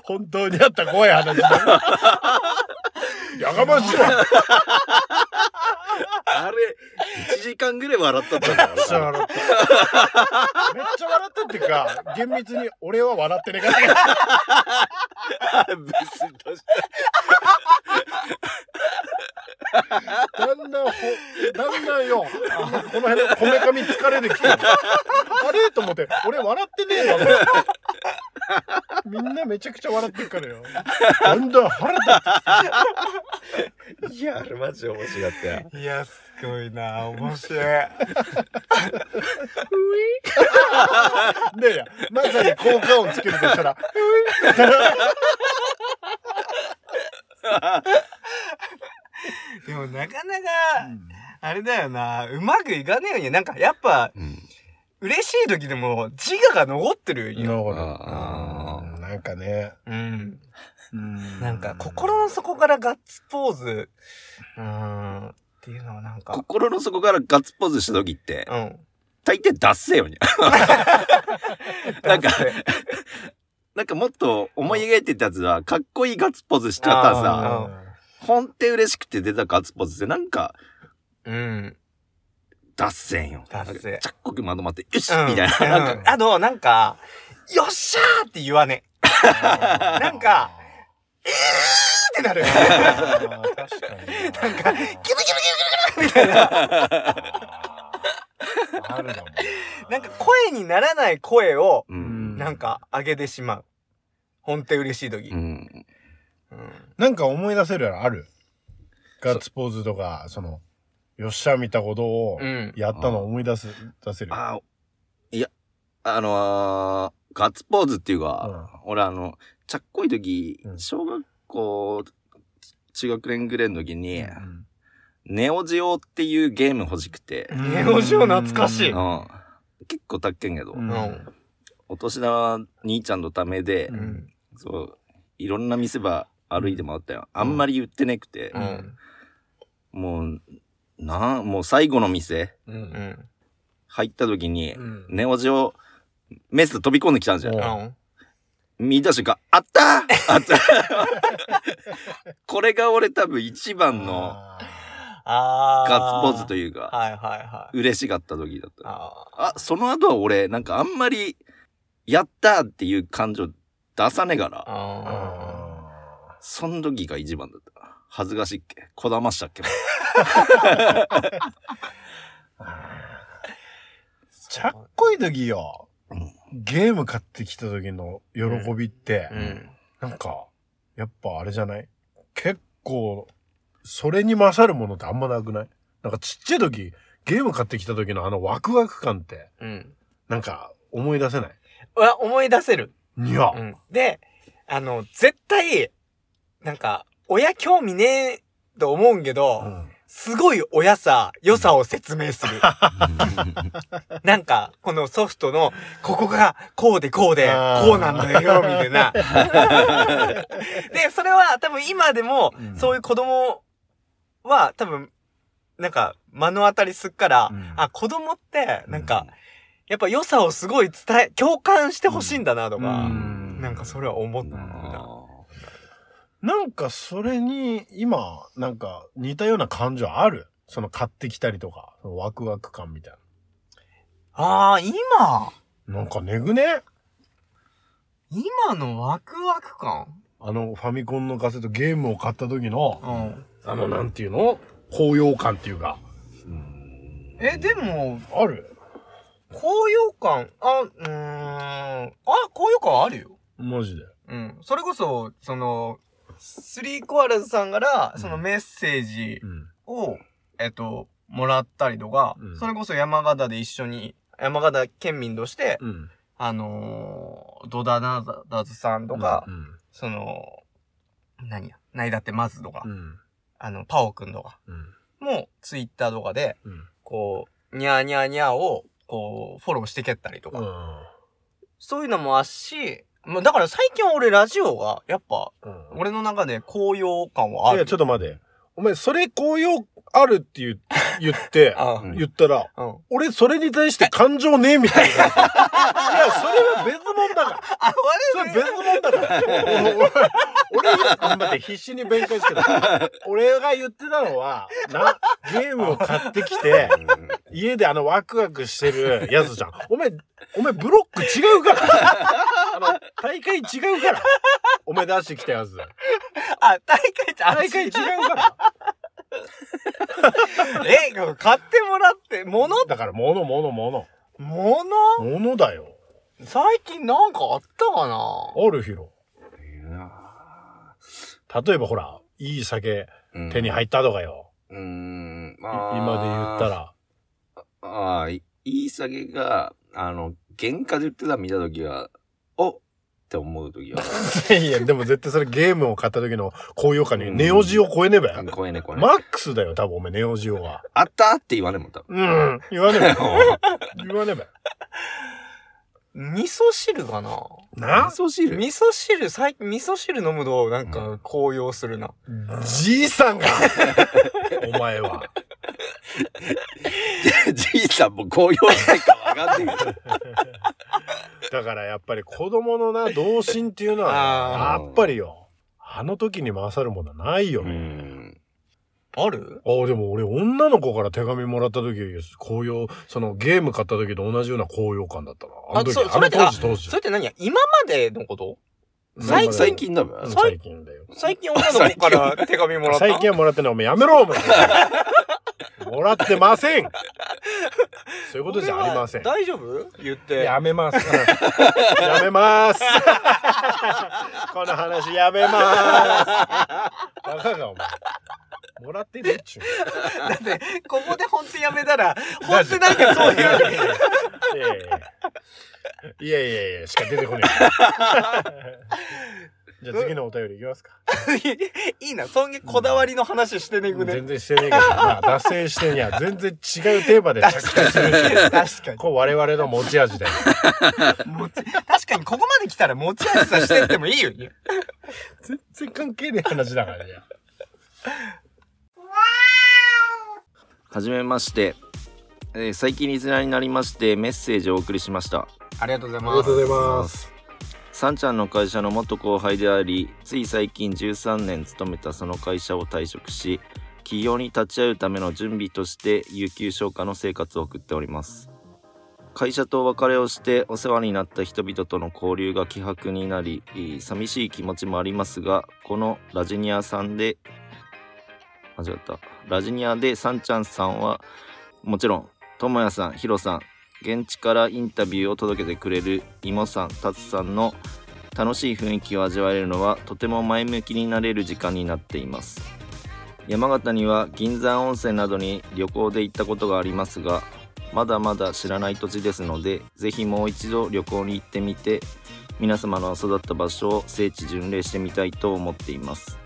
本当にあった怖い話だ。やかましいわ。
あれ、1時間ぐらい笑ったったんだ
めっち
か
ゃ
ら。
笑った。めっちゃ笑ったっていうか、厳密に俺は笑ってねえから。
ブスッとし
だんだんほ、だんだんよ、この辺のこめかみ疲れてきてる。あれと思って、俺笑ってねえわ。みんなめちゃくちゃ笑ってるからよ。だんだん腹立って
ていや、あれマジ面白かったよ。
いや、すごいな面白い。
きて。で、まさに効果音つけるとしたら、
でもなかなか、あれだよな、うまくいかねえよね。なんかやっぱ、嬉しい時でも自我が残ってるよ。
な
あー
なんかね、
うん。な
な
んか心の底からガッツポーズ、うん、っていうのはなんか、
心の底からガッツポーズした時って、
うん。
大抵出せよに。なんか、なんかもっと思い描いてたやつは、かっこいいガッツポーズしちゃったらさ、
あ
本って嬉しくて出たガッツポーズってなんか、
うん。
出せんよ。
出せ
なんかちゃっこくまとまって、よし、
うん
[LAUGHS] みたいな。
うん
なんか、
あの、なんか、よっしゃーって言わねなんか、え。ってなる。
確か
[LAUGHS]
に。なんか、
ギルギルギルギルギルみたいな。
あるだもん。
なんか声にならない声を、
うん。
なんか上げてしまう。本当嬉しい時。
うん。
うん
なんか思い出せるのあるガッツポーズとか、その、よっしゃ見たことを
うん。
やったの思い出す、出せる。
あーいや、あのーガッツポーズっていうか、俺あの、ちゃっこい時
う、ん
小学校、中学年ぐらいの時に、
うん
ネオジオっていうゲーム欲しくて、
ネオジオ懐かしい
うん。結構高っけんけど、
うん
うん
お年玉兄ちゃんのためで、
うん
そう、いろんな店ば歩いて回ったよ。あんまり売ってなくて
う、ん。
もう、なん、もう最後の店
う。
うんん。
入った時に、
うん
ネオジオ、メス飛び込んできたんじゃん
う。
うん。
見た瞬間、あったーあったこれが俺多分一番の
あ
あー。
ガッツポーズというか、
はいはいはい。
嬉しかった時だった。
あ
あ、その後は俺、なんかあんまり、やったーっていう感情出さねえから、
ー
あ
あ
その時が一番だった。恥ずかしいっけこだましたっけ
ーちゃっこい時よ
うん。
ゲーム買ってきた時の喜びって、
うん。
なんか、やっぱあれじゃない結構、それに勝るものってあんまなくないなんかちっちゃい時、ゲーム買ってきた時のあのワクワク感って、
うん。
なんか思い出せないう
わ、思い出せる。
いや、
うん。で、あの、絶対、なんか、親興味ねえと思うんけど、
うん
すごい親さ、良さを説明する。なんか、このソフトの、ここが、こうでこうで、
あー
こうなんだよ、みたい
[LAUGHS]
な。で、それは多分今でも
う、ん
そういう子供は多分、なんか、目の当たりすっから、
うん
あ、子供って、なんか、やっぱ良さをすごい伝え、共感してほしいんだな、とか、
うん
なんかそれは思った。
あ
なんかそれに今、なんか似たような感情あるその買ってきたりとか、そのワクワク感みたい
ああ、今、
な。なんかねぐね
今のワクワク感
あのファミコンのカセットゲームを買った時の、
うん。
ああの、なんていうの高揚感っていうか。
え、でも、
ある
高揚感、あ、うーん、あ、高揚感はあるよ。
マジで。
うん。それこそ、その、スリーコアラズさんから、そのメッセージ
うん。
を、えっと、もらったりとか、
うん
それこそ山形で一緒に、山形県民として、
うん。
あのー、ドダナダズさんとか、
うん。
その、何や、ないだってまずとか、
うん。
あの、パオくんとか、
うん。
もうツイッターとかで、
うん。
こう、ニャーニャーニャーを、こう、フォローしてけったりとか、
うん。
そういうのもあっし、まあ、だから最近俺ラジオが、やっぱ、
うん
俺の中で高揚感はあ
い
る。
や、ちょっと待て。お前、それ高揚あるって言う言 [LAUGHS] って、
あ
うん
言ったら、
あ、うん。
俺、それに対して感情ねえみ [LAUGHS] たいな。いや、それは別物だから。
あ、
それ別物だから。俺、俺、待って、必死に弁解してた。俺が言ってたのは、な、ゲームを買ってきて、家であのワクワクしてるやつじゃん。 [LAUGHS] お前、お前ブロック違うから。あの、大会違うから。お前出してきたやつ。
あ、大会って、あ、
大会違うから。
え、買ってもらって、もの、
だから、物、物、物。
もの
物だよ。
最近なんかあったかな
あるヒロ。
な
例えばほら、いい酒
うん
[LAUGHS] 手に入ったとかよ。
うーん、ま
い
あ。
今で言った。ら。
ああ、いい下げが、あの、原価で売ってたの見た時は、おって思う時は、
いや、でも絶対それゲームを買った時の高揚感にネオジオ超えねえべ。
あ怖えね、これ。
マックスだよ、多分お前ネオジオは。
あったって言わねえもん、多分。
うん。言わねえべ。言
[LAUGHS]
わねえべ。
味噌汁かな
な
味噌汁
味噌汁、最近、味噌汁飲むと、なんか、高揚するな。
じいさんが [LAUGHS] お前は。
じいさんも紅葉してるかわかんないけど。
だからやっぱり子供のな、童心っていうのは
あ
ね、
ー
やっぱりよ、あの時に勝るものはない [LAUGHS] よ
う
ね。
ん。
ある
ああ、でも俺女の子から手紙もらった時、紅葉、そのゲーム買った時と同じような高揚感だったな。あの時、
あそ
あ
それ
の
って
当時当時
それ。って何や今までのこと
最近
最近だべ。
うん
最
最近だよ。
最
[LAUGHS]
近女の子から手紙もらった
最近はもらってない。お前やめろ、お前。もらってません。そういうことじゃありません
俺。は大丈夫言って。
や
[LAUGHS]
めます。やめます。この話やめます。バカがお前。もらってねえっちゅう。
だって、ここで本当やめたら、本当なんかそういう。
いやいやいやいやいやいやしか出てこねえ。じゃあ次のお便りいきますか。
いいな、そんげこだわりの話してねいくね
全。然してねえけど、まあ、脱線してには全然違うテーマで着火する
確
し。
かに。
こう我々の持ち味だよ。
持ち確かに、ここまで来たら持ち味さしてってもいいよね。
全然関係ねえ話だからね。
はじめまして、えー最近リスナーになりましてメッセージをお送りしました
ありがとうございま
ありがとう
す。
ございます。
さんちゃんの会社の元後輩でありつい最近13年勤めたその会社を退職し企業に立ち会うための準備として有給消化の生活を送っております会社とお別れをしてお世話になった人々との交流が希薄になりえー寂しい気持ちもありますがこのラジニアさんで間違ったラジニアでさんちゃんさんはもちろんともやさんひろさん現地からインタビューを届けてくれるいもさんたつさんの楽しい雰囲気を味わえるのはとても前向きになれる時間になっています山形には銀山温泉などに旅行で行ったことがありますがまだまだ知らない土地ですのでぜひもう一度旅行に行ってみて皆様の育った場所を聖地巡礼してみたいと思っています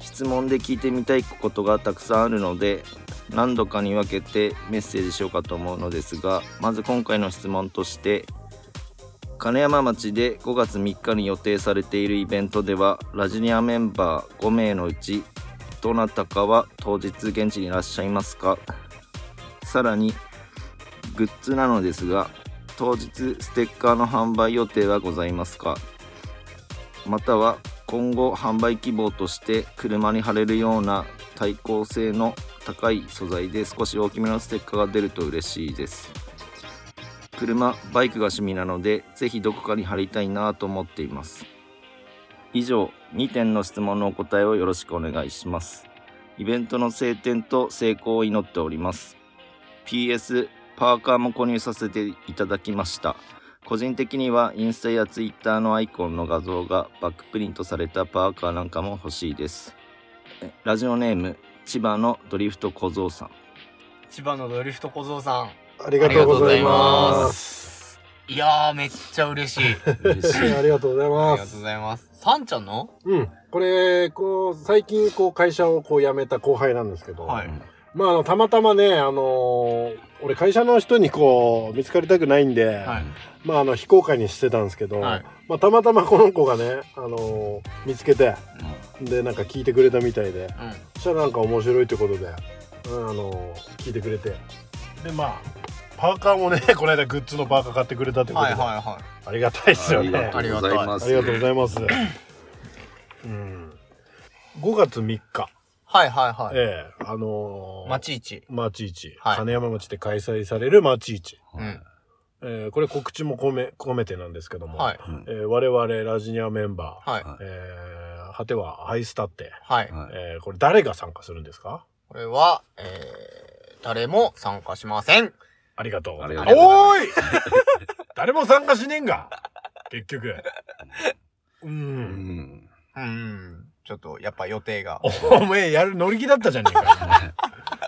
質問で聞いてみたいことがたくさんあるので何度かに分けてメッセージしようかと思うのですがまず今回の質問として金山町で5月3日に予定されているイベントではラジニアメンバー5名のうちどなたかは当日現地にいらっしゃいますかさらにグッズなのですが当日ステッカーの販売予定はございますかまたは今後販売希望として車に貼れるような耐光性の高い素材で少し大きめのステッカーが出ると嬉しいです車バイクが趣味なのでぜひどこかに貼りたいなと思っています以上2点の質問のお答えをよろしくお願いしますイベントの晴天と成功を祈っております PS パーカーも購入させていただきました個人的にはインスタやツイッターのアイコンの画像がバックプリントされたパーカーなんかも欲しいですえラジオネーム千葉のドリフト小僧さん
千葉のドリフト小僧さん。
ありがとうございま。
ありがとうございますす。いやー、めっちゃ嬉しい。
嬉しい
ありがとうござい
あ
ま
りがとう
す
ご。ざいます。さんちゃんの
うん、これこう最近こう会社をこう辞めた後輩なんですけど、
はい
まああのたまたまね、あのー俺会社の人にこう見つかりたくないんで、
はい
まああの非公開にしてたんですけど、
はい
まあ、たまたまこの子がね、あのー見つけてでなんか聞いてくれたみたいで
うん。
そしたらなんか面白いってことで、うんあのー聞いてくれて
でまあパーカーもね [LAUGHS] この間グッズのパーカー買ってくれたってこと
はい
で、
はいは
ありがたいです
あ
よ
り
ね
がとうございま
あ
す
りがとうござい
[CLEARS THROAT]
ます。
うん、5月3日、
い。はいはいはい。
ええあのー、
まちいち。
マーチイチ、
はい
金山町で開催されるマーチイチ、
うん。
えーこれ告知も込め込めてなんですけども、
はい。
うん
えー我々ラジニアメンバー、
はい。
は
えー果てはハイスタって、
はい。
はい
えーこれ誰が参加するんですか
これは、えー、誰も参加しません。
ありがとう
ありがとうご
おーい [LAUGHS] 誰も参加しねえんが結局う
うんん
うん。ちょっと、やっぱ予定が。
[LAUGHS] お前やる乗り気だったじゃねえ [LAUGHS] か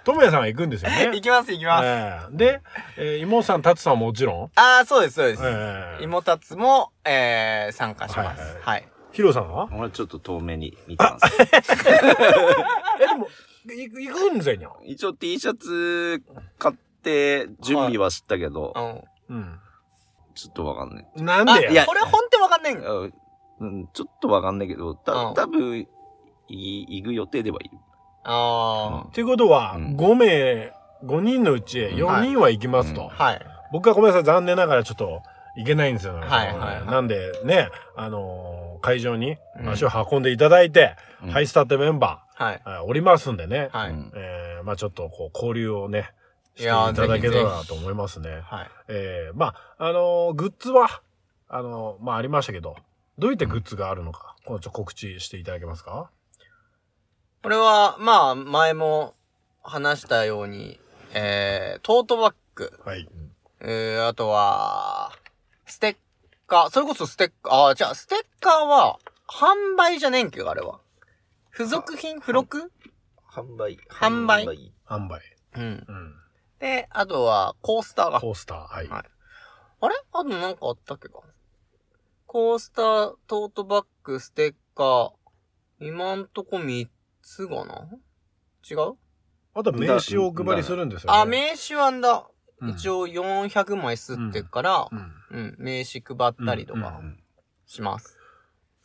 ともやさんは行くんですよ
[LAUGHS] 行
ね、
きます行き
え
ます。
ーで、えー妹さん達さんはもちろん、
あー、そうですそうで
え
す。
ー、
芋たつも、えー、参加します。
はいはい
はい。
ヒロさんは
俺ちょっと遠目に見てます
えでもい行くんぜにゃ
[LAUGHS] 一応 T シャツ買って準備は知ったけど、
うん
ちょっとわかんない。
なん
うん。あ、
でや
いや、これ本当わかんないんだ。
あうん、ちょっとわかんないけど、た
うん
多分い行く予定ではいる。
あ
っていうことは、
うん
5名5人のうち4人は行きます
ー。
と、
はい。
僕はごめんなさい残念ながらちょっと行けないんですよ、
はいはいはい
なんでねあのー会場に
うん
足を運んでいただいて、
うん
ハイスターってメンバ
はい。
ー、あおりますんでね、
はい。
うん
えーまあちょっとこう交流をねして
い
い
やー
ただけた
ぜひ
らと思いますね
はい。
えーまああのーグッズはあのーまあありましたけどどういったグッズがあるのか、このちょっと告知していただけますか
これは、まあ、前も話したように、えー、トートバッグ、
はい
えー、あとは、ステッカー、それこそステッカー、あー、じゃあ、ステッカーは、販売じゃねえんけど、あれは。付属品付録
販売。
販売
販売、
うん。
うん、
で、あとは、コースターが。
コースターはい、
はいあれあとなんかあったっけかコースター、トートバッグ、ステッカー、今んとこ3つがな違う
あとは名刺をお配りするんですよ、ね、
あ、名刺はんだ。
うん
一応400枚すってから
う、ん
うん、名刺配ったりと
うん
かします。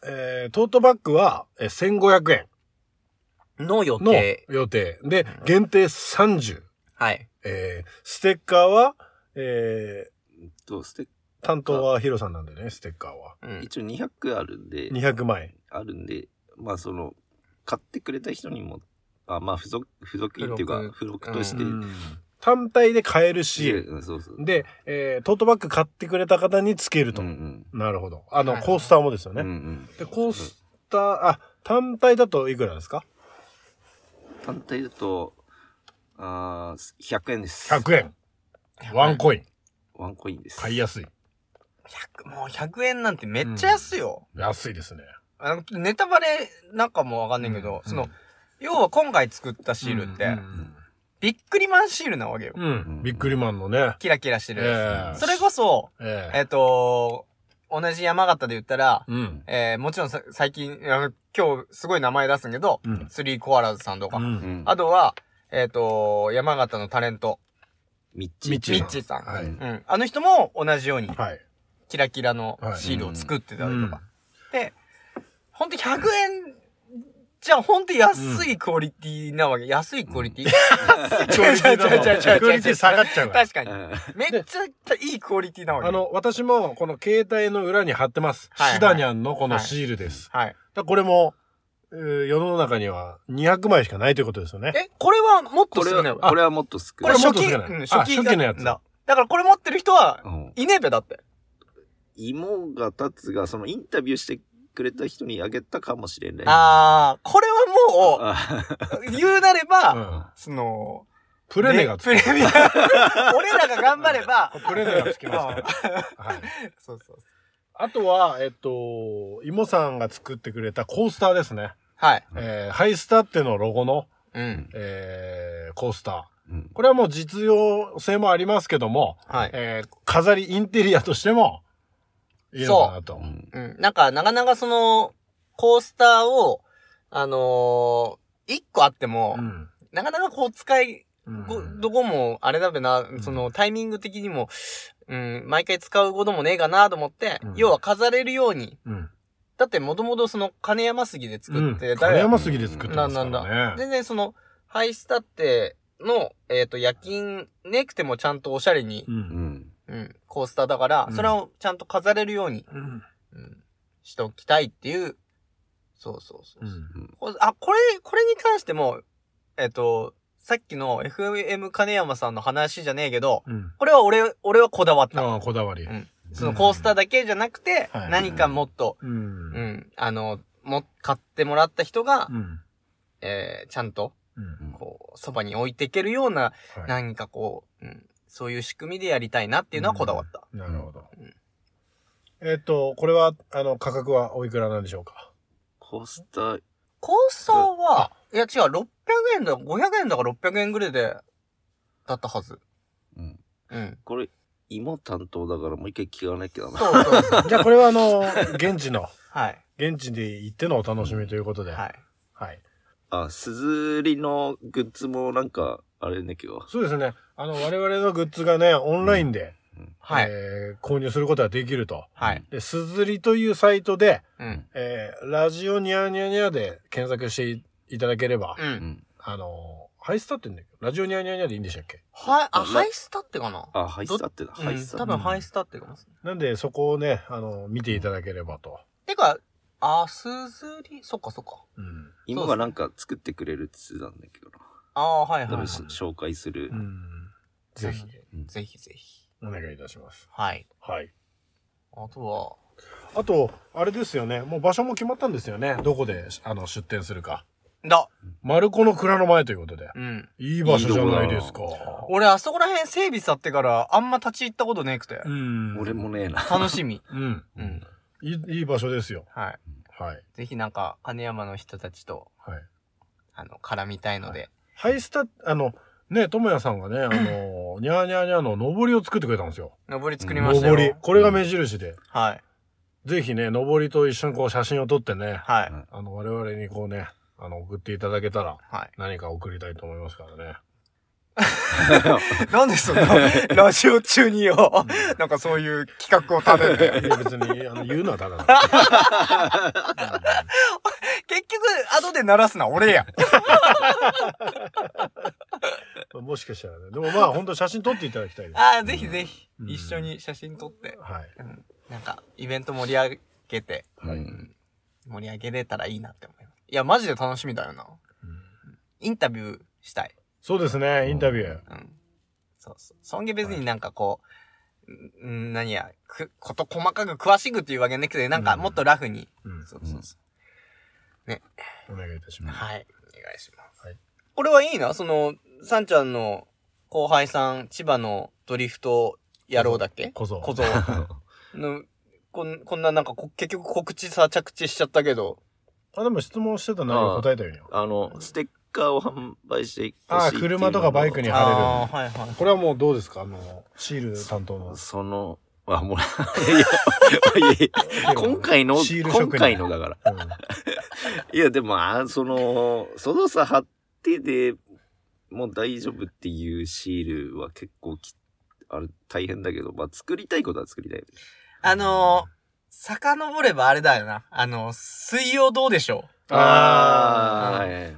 えートートバッグは、えー、1500円
の予
の
定。
予定。で、限定30。
はい。
えーステッカーは、え
どうして
ー担当はヒロさんなんでね、ステッカーは。
うん。
一応200あるんで、
200枚。
あるんで、まあその、買ってくれた人にも、あまあ付属、付属品っていうか、付
付録
録として、
うん単体で買える
シー
し、
ルうんそうそう。
で、えートートバッグ買ってくれた方につけると。
うん
なるほど。あの、
はい
コースターもですよ
うん。うんう
ね。
ん。
で、コースター、あ、単体だといくらですか
単体だと、あー100円です。
?100 円。ワンコイン。
ワンコインです。
買いやすい。
100もう100円なんてめっちゃ安いよ。
安いですね。
あのネタバレなんかもわかんないけど、
うん
その、要は今回作ったシールって、
うん
ビックリマンシールなわけよ。
うんうんうんビックリマンのね。
キラキラして
え
る。
ー
それこそ、
ええ
えっ、と同じ山形で言ったら、
うん。
えーもちろんさ最近、あの今日すごい名前出すんけど、
うん
スリーコアラーズさんとか、
うん
うん。
あとは、えっ、と山形のタレント、
ミッチ
ミッ
ミ
チ
ッチーさん。
はい
うん。あの人も同じように、
はい。
キラキラのシールを作ってたりとか。で、ほんと100円、じゃあほんと安いクオリティなわけ。安いクオリティ、
クオリティだも
違う違う
ん
違う違う
クオリティ下がっちゃうから。
確かに。
うん
めっちゃいいクオリティなわけ。
あ、の、私もこの携帯の裏に貼ってます。
はいはい
シダニャンのこのシールです。
はい。
だからこれも、えー世の中には200枚しかないということですよね。
え、これはもっと
こ
少
れ
ない
は、
わ
これはもっと少
こ
な
れ
い。
もっ
初
と
期、
少ない
うん、
あ
初期
初期のやつ
だ。だからこれ持ってる人は、
うん
いねえべだって。
芋が立つが、そのインタビューしてくれた人にあげたかもしれない。
ああ、これは
あ
もう、言うなれば、
うん
その、
プレネがつ
プレミアム。 [LAUGHS] 俺らが頑張れば、
プレネがつきますから、はい、
そうそうそう。
あとはえっとイモさんが作ってくれたコースターですね、
はい。
えーハイスターっていうのロゴの、
うん。
えーコースタ
[LAUGHS] うん
ーこれはもう実用性もありますけども、
はい。
えー飾りインテリアとしてもいいのかなと
うん
うん。なんか、なかなかその、コースターを、あのー、一個あっても、
ん
なかなかこう使い、
うん
ごどこも、あれだべな、
ん
そのタイミング的にも、うん、毎回使うこともねえかなと思って、
うん
要は飾れるように。
うん
だってもともとその金山杉で
う
作っ
ん
て、だ
金山杉で作ってますからね
なんだ全然その、ハイスタっての、えっ、と、夜勤、ねくてもちゃんとおしゃれに
う、
うんん
うん、コースターだから、
うん
それをちゃんと飾れるように、
うん
うん、しておきたいっていう、そうそうそう
う
そうんこあ、これ、これに関しても、えっ、と、さっきの FM 金山さんの話じゃねえけど、
うん
これは俺、俺はこだわった。
ああこだわり
そのコースターだけじゃなくて、
はい
何かもっと、
う
うんん、あの、も、買ってもらった人が、
うん
えー、ちゃんと、
うん
こう、そばに置いていけるような、
はい
何かこう、うん、そういう仕組みでやりたいなっていうのはこだわった。
なるほど
うん。
えっと、これは、あの、価格はおいくらなんでしょう [LAUGHS] か
コースター、
コースターは、いや違う、600円だ、500円だか600円ぐらいで、だったはず。
うん
うん。
これ、芋担当だからもう一回聞かなきゃな。
そうそう
[LAUGHS]
そう。
じゃあ、これは、あの、現地の、
はい。
現地で行ってのお楽しみということで。
は。
はいい。
あ、すずりのグッズもなんか、あれねけど。
そうですね。あの、我々のグッズがね、オンラインで、
はい。
えー購入することができると。
はい。
で、すずりというサイトで、
うん。
えーラジオニャーニャーニャーで検索していただければ、
う。
うんん。
あの、ハイスタって言うんだけど、ラジオニャーニャーニャーでいいんでしたっけ
はい、あ、
ま
ハイスタってかな
あ、ハイスターってだ。
う
ハイ
ん、
スタ
多
ー。
分ハイスタってかもしれない。
なんで、そこをね、あの、見ていただければと。
てか、あ、すずり、そっかそっか。
うん。
芋がなんか作ってくれるって言ってたんだけどな。
ああー、はいはい、
多
は
分
い。
し紹介する
う。ん。ぜひ、
うんぜひぜひ。
お願いいたします。
はい。
はい。
あとは、
あと、あれですよね。もう場所も決まったんですよね。どこで、あの、出店するか。
だ。
丸子の蔵の前ということで。
うん。
いい場所じゃないですか。
俺、あそこら辺整備さってから、あんま立ち入ったことねくて
う。ん。
俺。もねえな。
楽しみ。
うん。
うん。
いい、いい場所ですよ。
はい。
はい。
ぜひなんか、金山の人たちと、
はい。
あの、絡みたいので。
ハイスタ、あの、ね、ともやさんがね、あ [COUGHS] の、にゃーにゃーにゃーの上りを作ってくれたんですよ。
登り作りましたよ。
上り。これが目印で。
はい。
ぜひね、上りと一緒にこう写真を撮ってね、
はい。
うん
あの、我々にこうね、あの、送っていただけたら、
は
何か送りたいと思いますからね。
い。なんでそんな、ラジオ中によ、なんかそういう企画を立てて。
[LAUGHS] いや別にあの言うのはた
[LAUGHS]
だだ。
結局、後で鳴らすのは俺や。
もしかしたらね。でもまあ本当写真撮っていただきたいです。
ああ、ぜひぜひ
う、ん
一緒に写真撮って、
はい。
うんなんか、イベント盛り上げて、
はい。
盛り上げれたらいいなって思います。いや、マジで楽しみだよな。インタビューしたい。
そうですね、インタビュー。
うん。そうそう。そんげ別になんかこう、うん何や、く、こと細かく詳しくっていうわけねくて、なんか
うん
もっとラフに。
うん
そうそうそ
お願いいたし
う。
ます。
はい。お願いします。
はい
これはいいな、その、さんちゃんの後輩さん、千葉のドリフト野郎だっけ
小僧。 [LAUGHS]
小僧。のこんこんななんかこ結局告知さ着地しちゃったけど
あ、でも質問してた内容答えたようには。
あの、ステッカーを販売してほしいっていうの
あー車とかバイクに貼れる
あーはいはい
これはもうどうですかあの、シール担当の。
その、あ、もらいやいや今回の、
シール
今
職人
回のだから。
うん
いや、でも、あその、そのさ、貼ってで、もう大丈夫っていうシールは結構き、あれ、大変だけど、まあ、作りたいことは作りたいよね。
[LAUGHS] あのー、遡ればあれだよなあの水曜どうでしょー
あ
はい。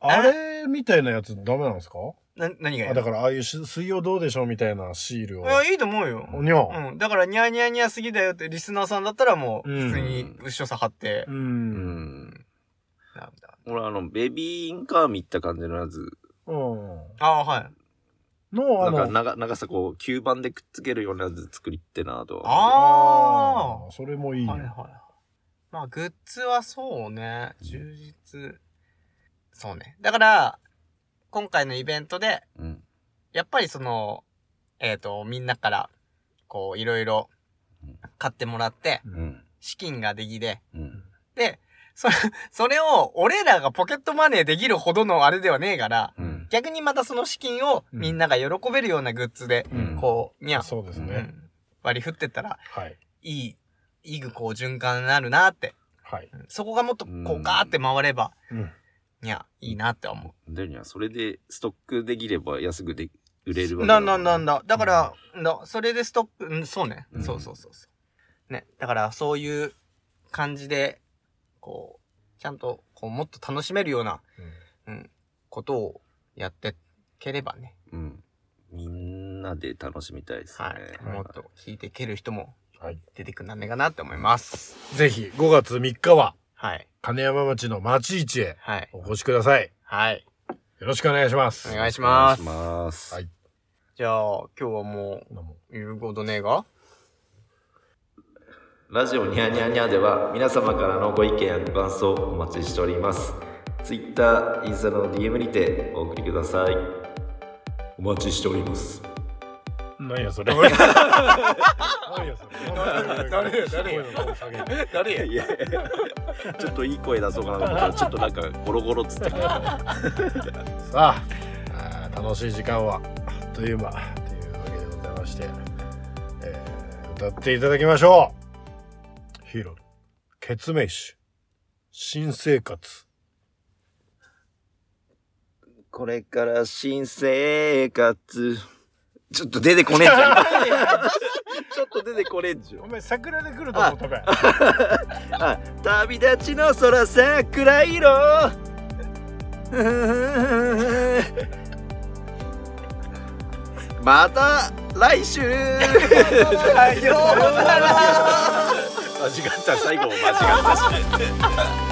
ああれみたいなやつダメなんですか
うな何が
あだ
や
からああいうし水曜どうでしょうみたいなシールを
い。やいいと思うよ
おにょ。
うんだからニャーニャーニャーすぎだよってリスナーさんだったらもう
うん
普通に後ろさ張って
う。
うんん。
なんだ
俺、あの、ベビーインカーみった感じのやつ、
うん。
ああはい
の、
な
あ
んか
の、
長、長さこう、吸盤でくっつけるようなやつ作りってなとは。
あ
それもいい
あ
ね
はいはいまあ、グッズはそうね、充実。そうね。だから、今回のイベントで、
うん
やっぱりその、えっ、と、みんなから、こう、いろいろ
うん
買ってもらって、
うん
資金ができで、
うん
で、それ、それを、俺らがポケットマネーできるほどのあれではねえから、
うん
逆にまたその資金をみんなが喜べるようなグッズで、
うん
こう、にゃん、
そうです
う
ね。
ん、割り振ってったら、
はい。
いい、いい、こう、循環になるなって。
はい。
うんそこがもっと、こ
う
う、
ん
ガーって回れば、
うん。
にゃ、いいなって思
でにはそれでストックできれば安くで売れる
う。
わけ
な
だ
ん
も
だ
ね
なんだ。だから、なそれでストック、うん、そうね、
うん
そうそうそうそう。ね。だから、そういう感じで、こう、ちゃんと、こう、もっと楽しめるようなことをやってければね。
うんみんなで楽しみたいですね
はい。もっと聞いてける人も
はい。
出てくんなんねえかなって思います。
ぜひ、5月3日は、
はい。
金山町の町市へ
はい。
お越しください。
はい。
よろしくお願いします。
お願いし
お願
ま
い
す
し。ます
はい
じゃあ、今日はも
どうも
う、言うことねえが
ラジオニャーニャーニャーでは皆様からのご意見やご感想をお待ちしております。ツイッター、インスタの DM にてお送りください。お待ちしております。
何やそれ。 [LAUGHS] 何やそれ。
誰や誰や
や。
誰や
いや、ちょっといい声出そうかなと思ったら、ちょっとなんかゴロゴロっつって
さああー、楽しい時間はあっという間というわけでございまして、えー歌っていただきましょう。ヒーロー、ケツメイシ、新生活。
これから新生活。ちょっと出てこねえじゃん。 [LAUGHS] ちょっと出てこねえじゃん。
前桜で来る
と思った
べ。
あ、旅立ちの空桜色。また来 [LAUGHS] 週。
さようなら
間違った最後も間違ったし。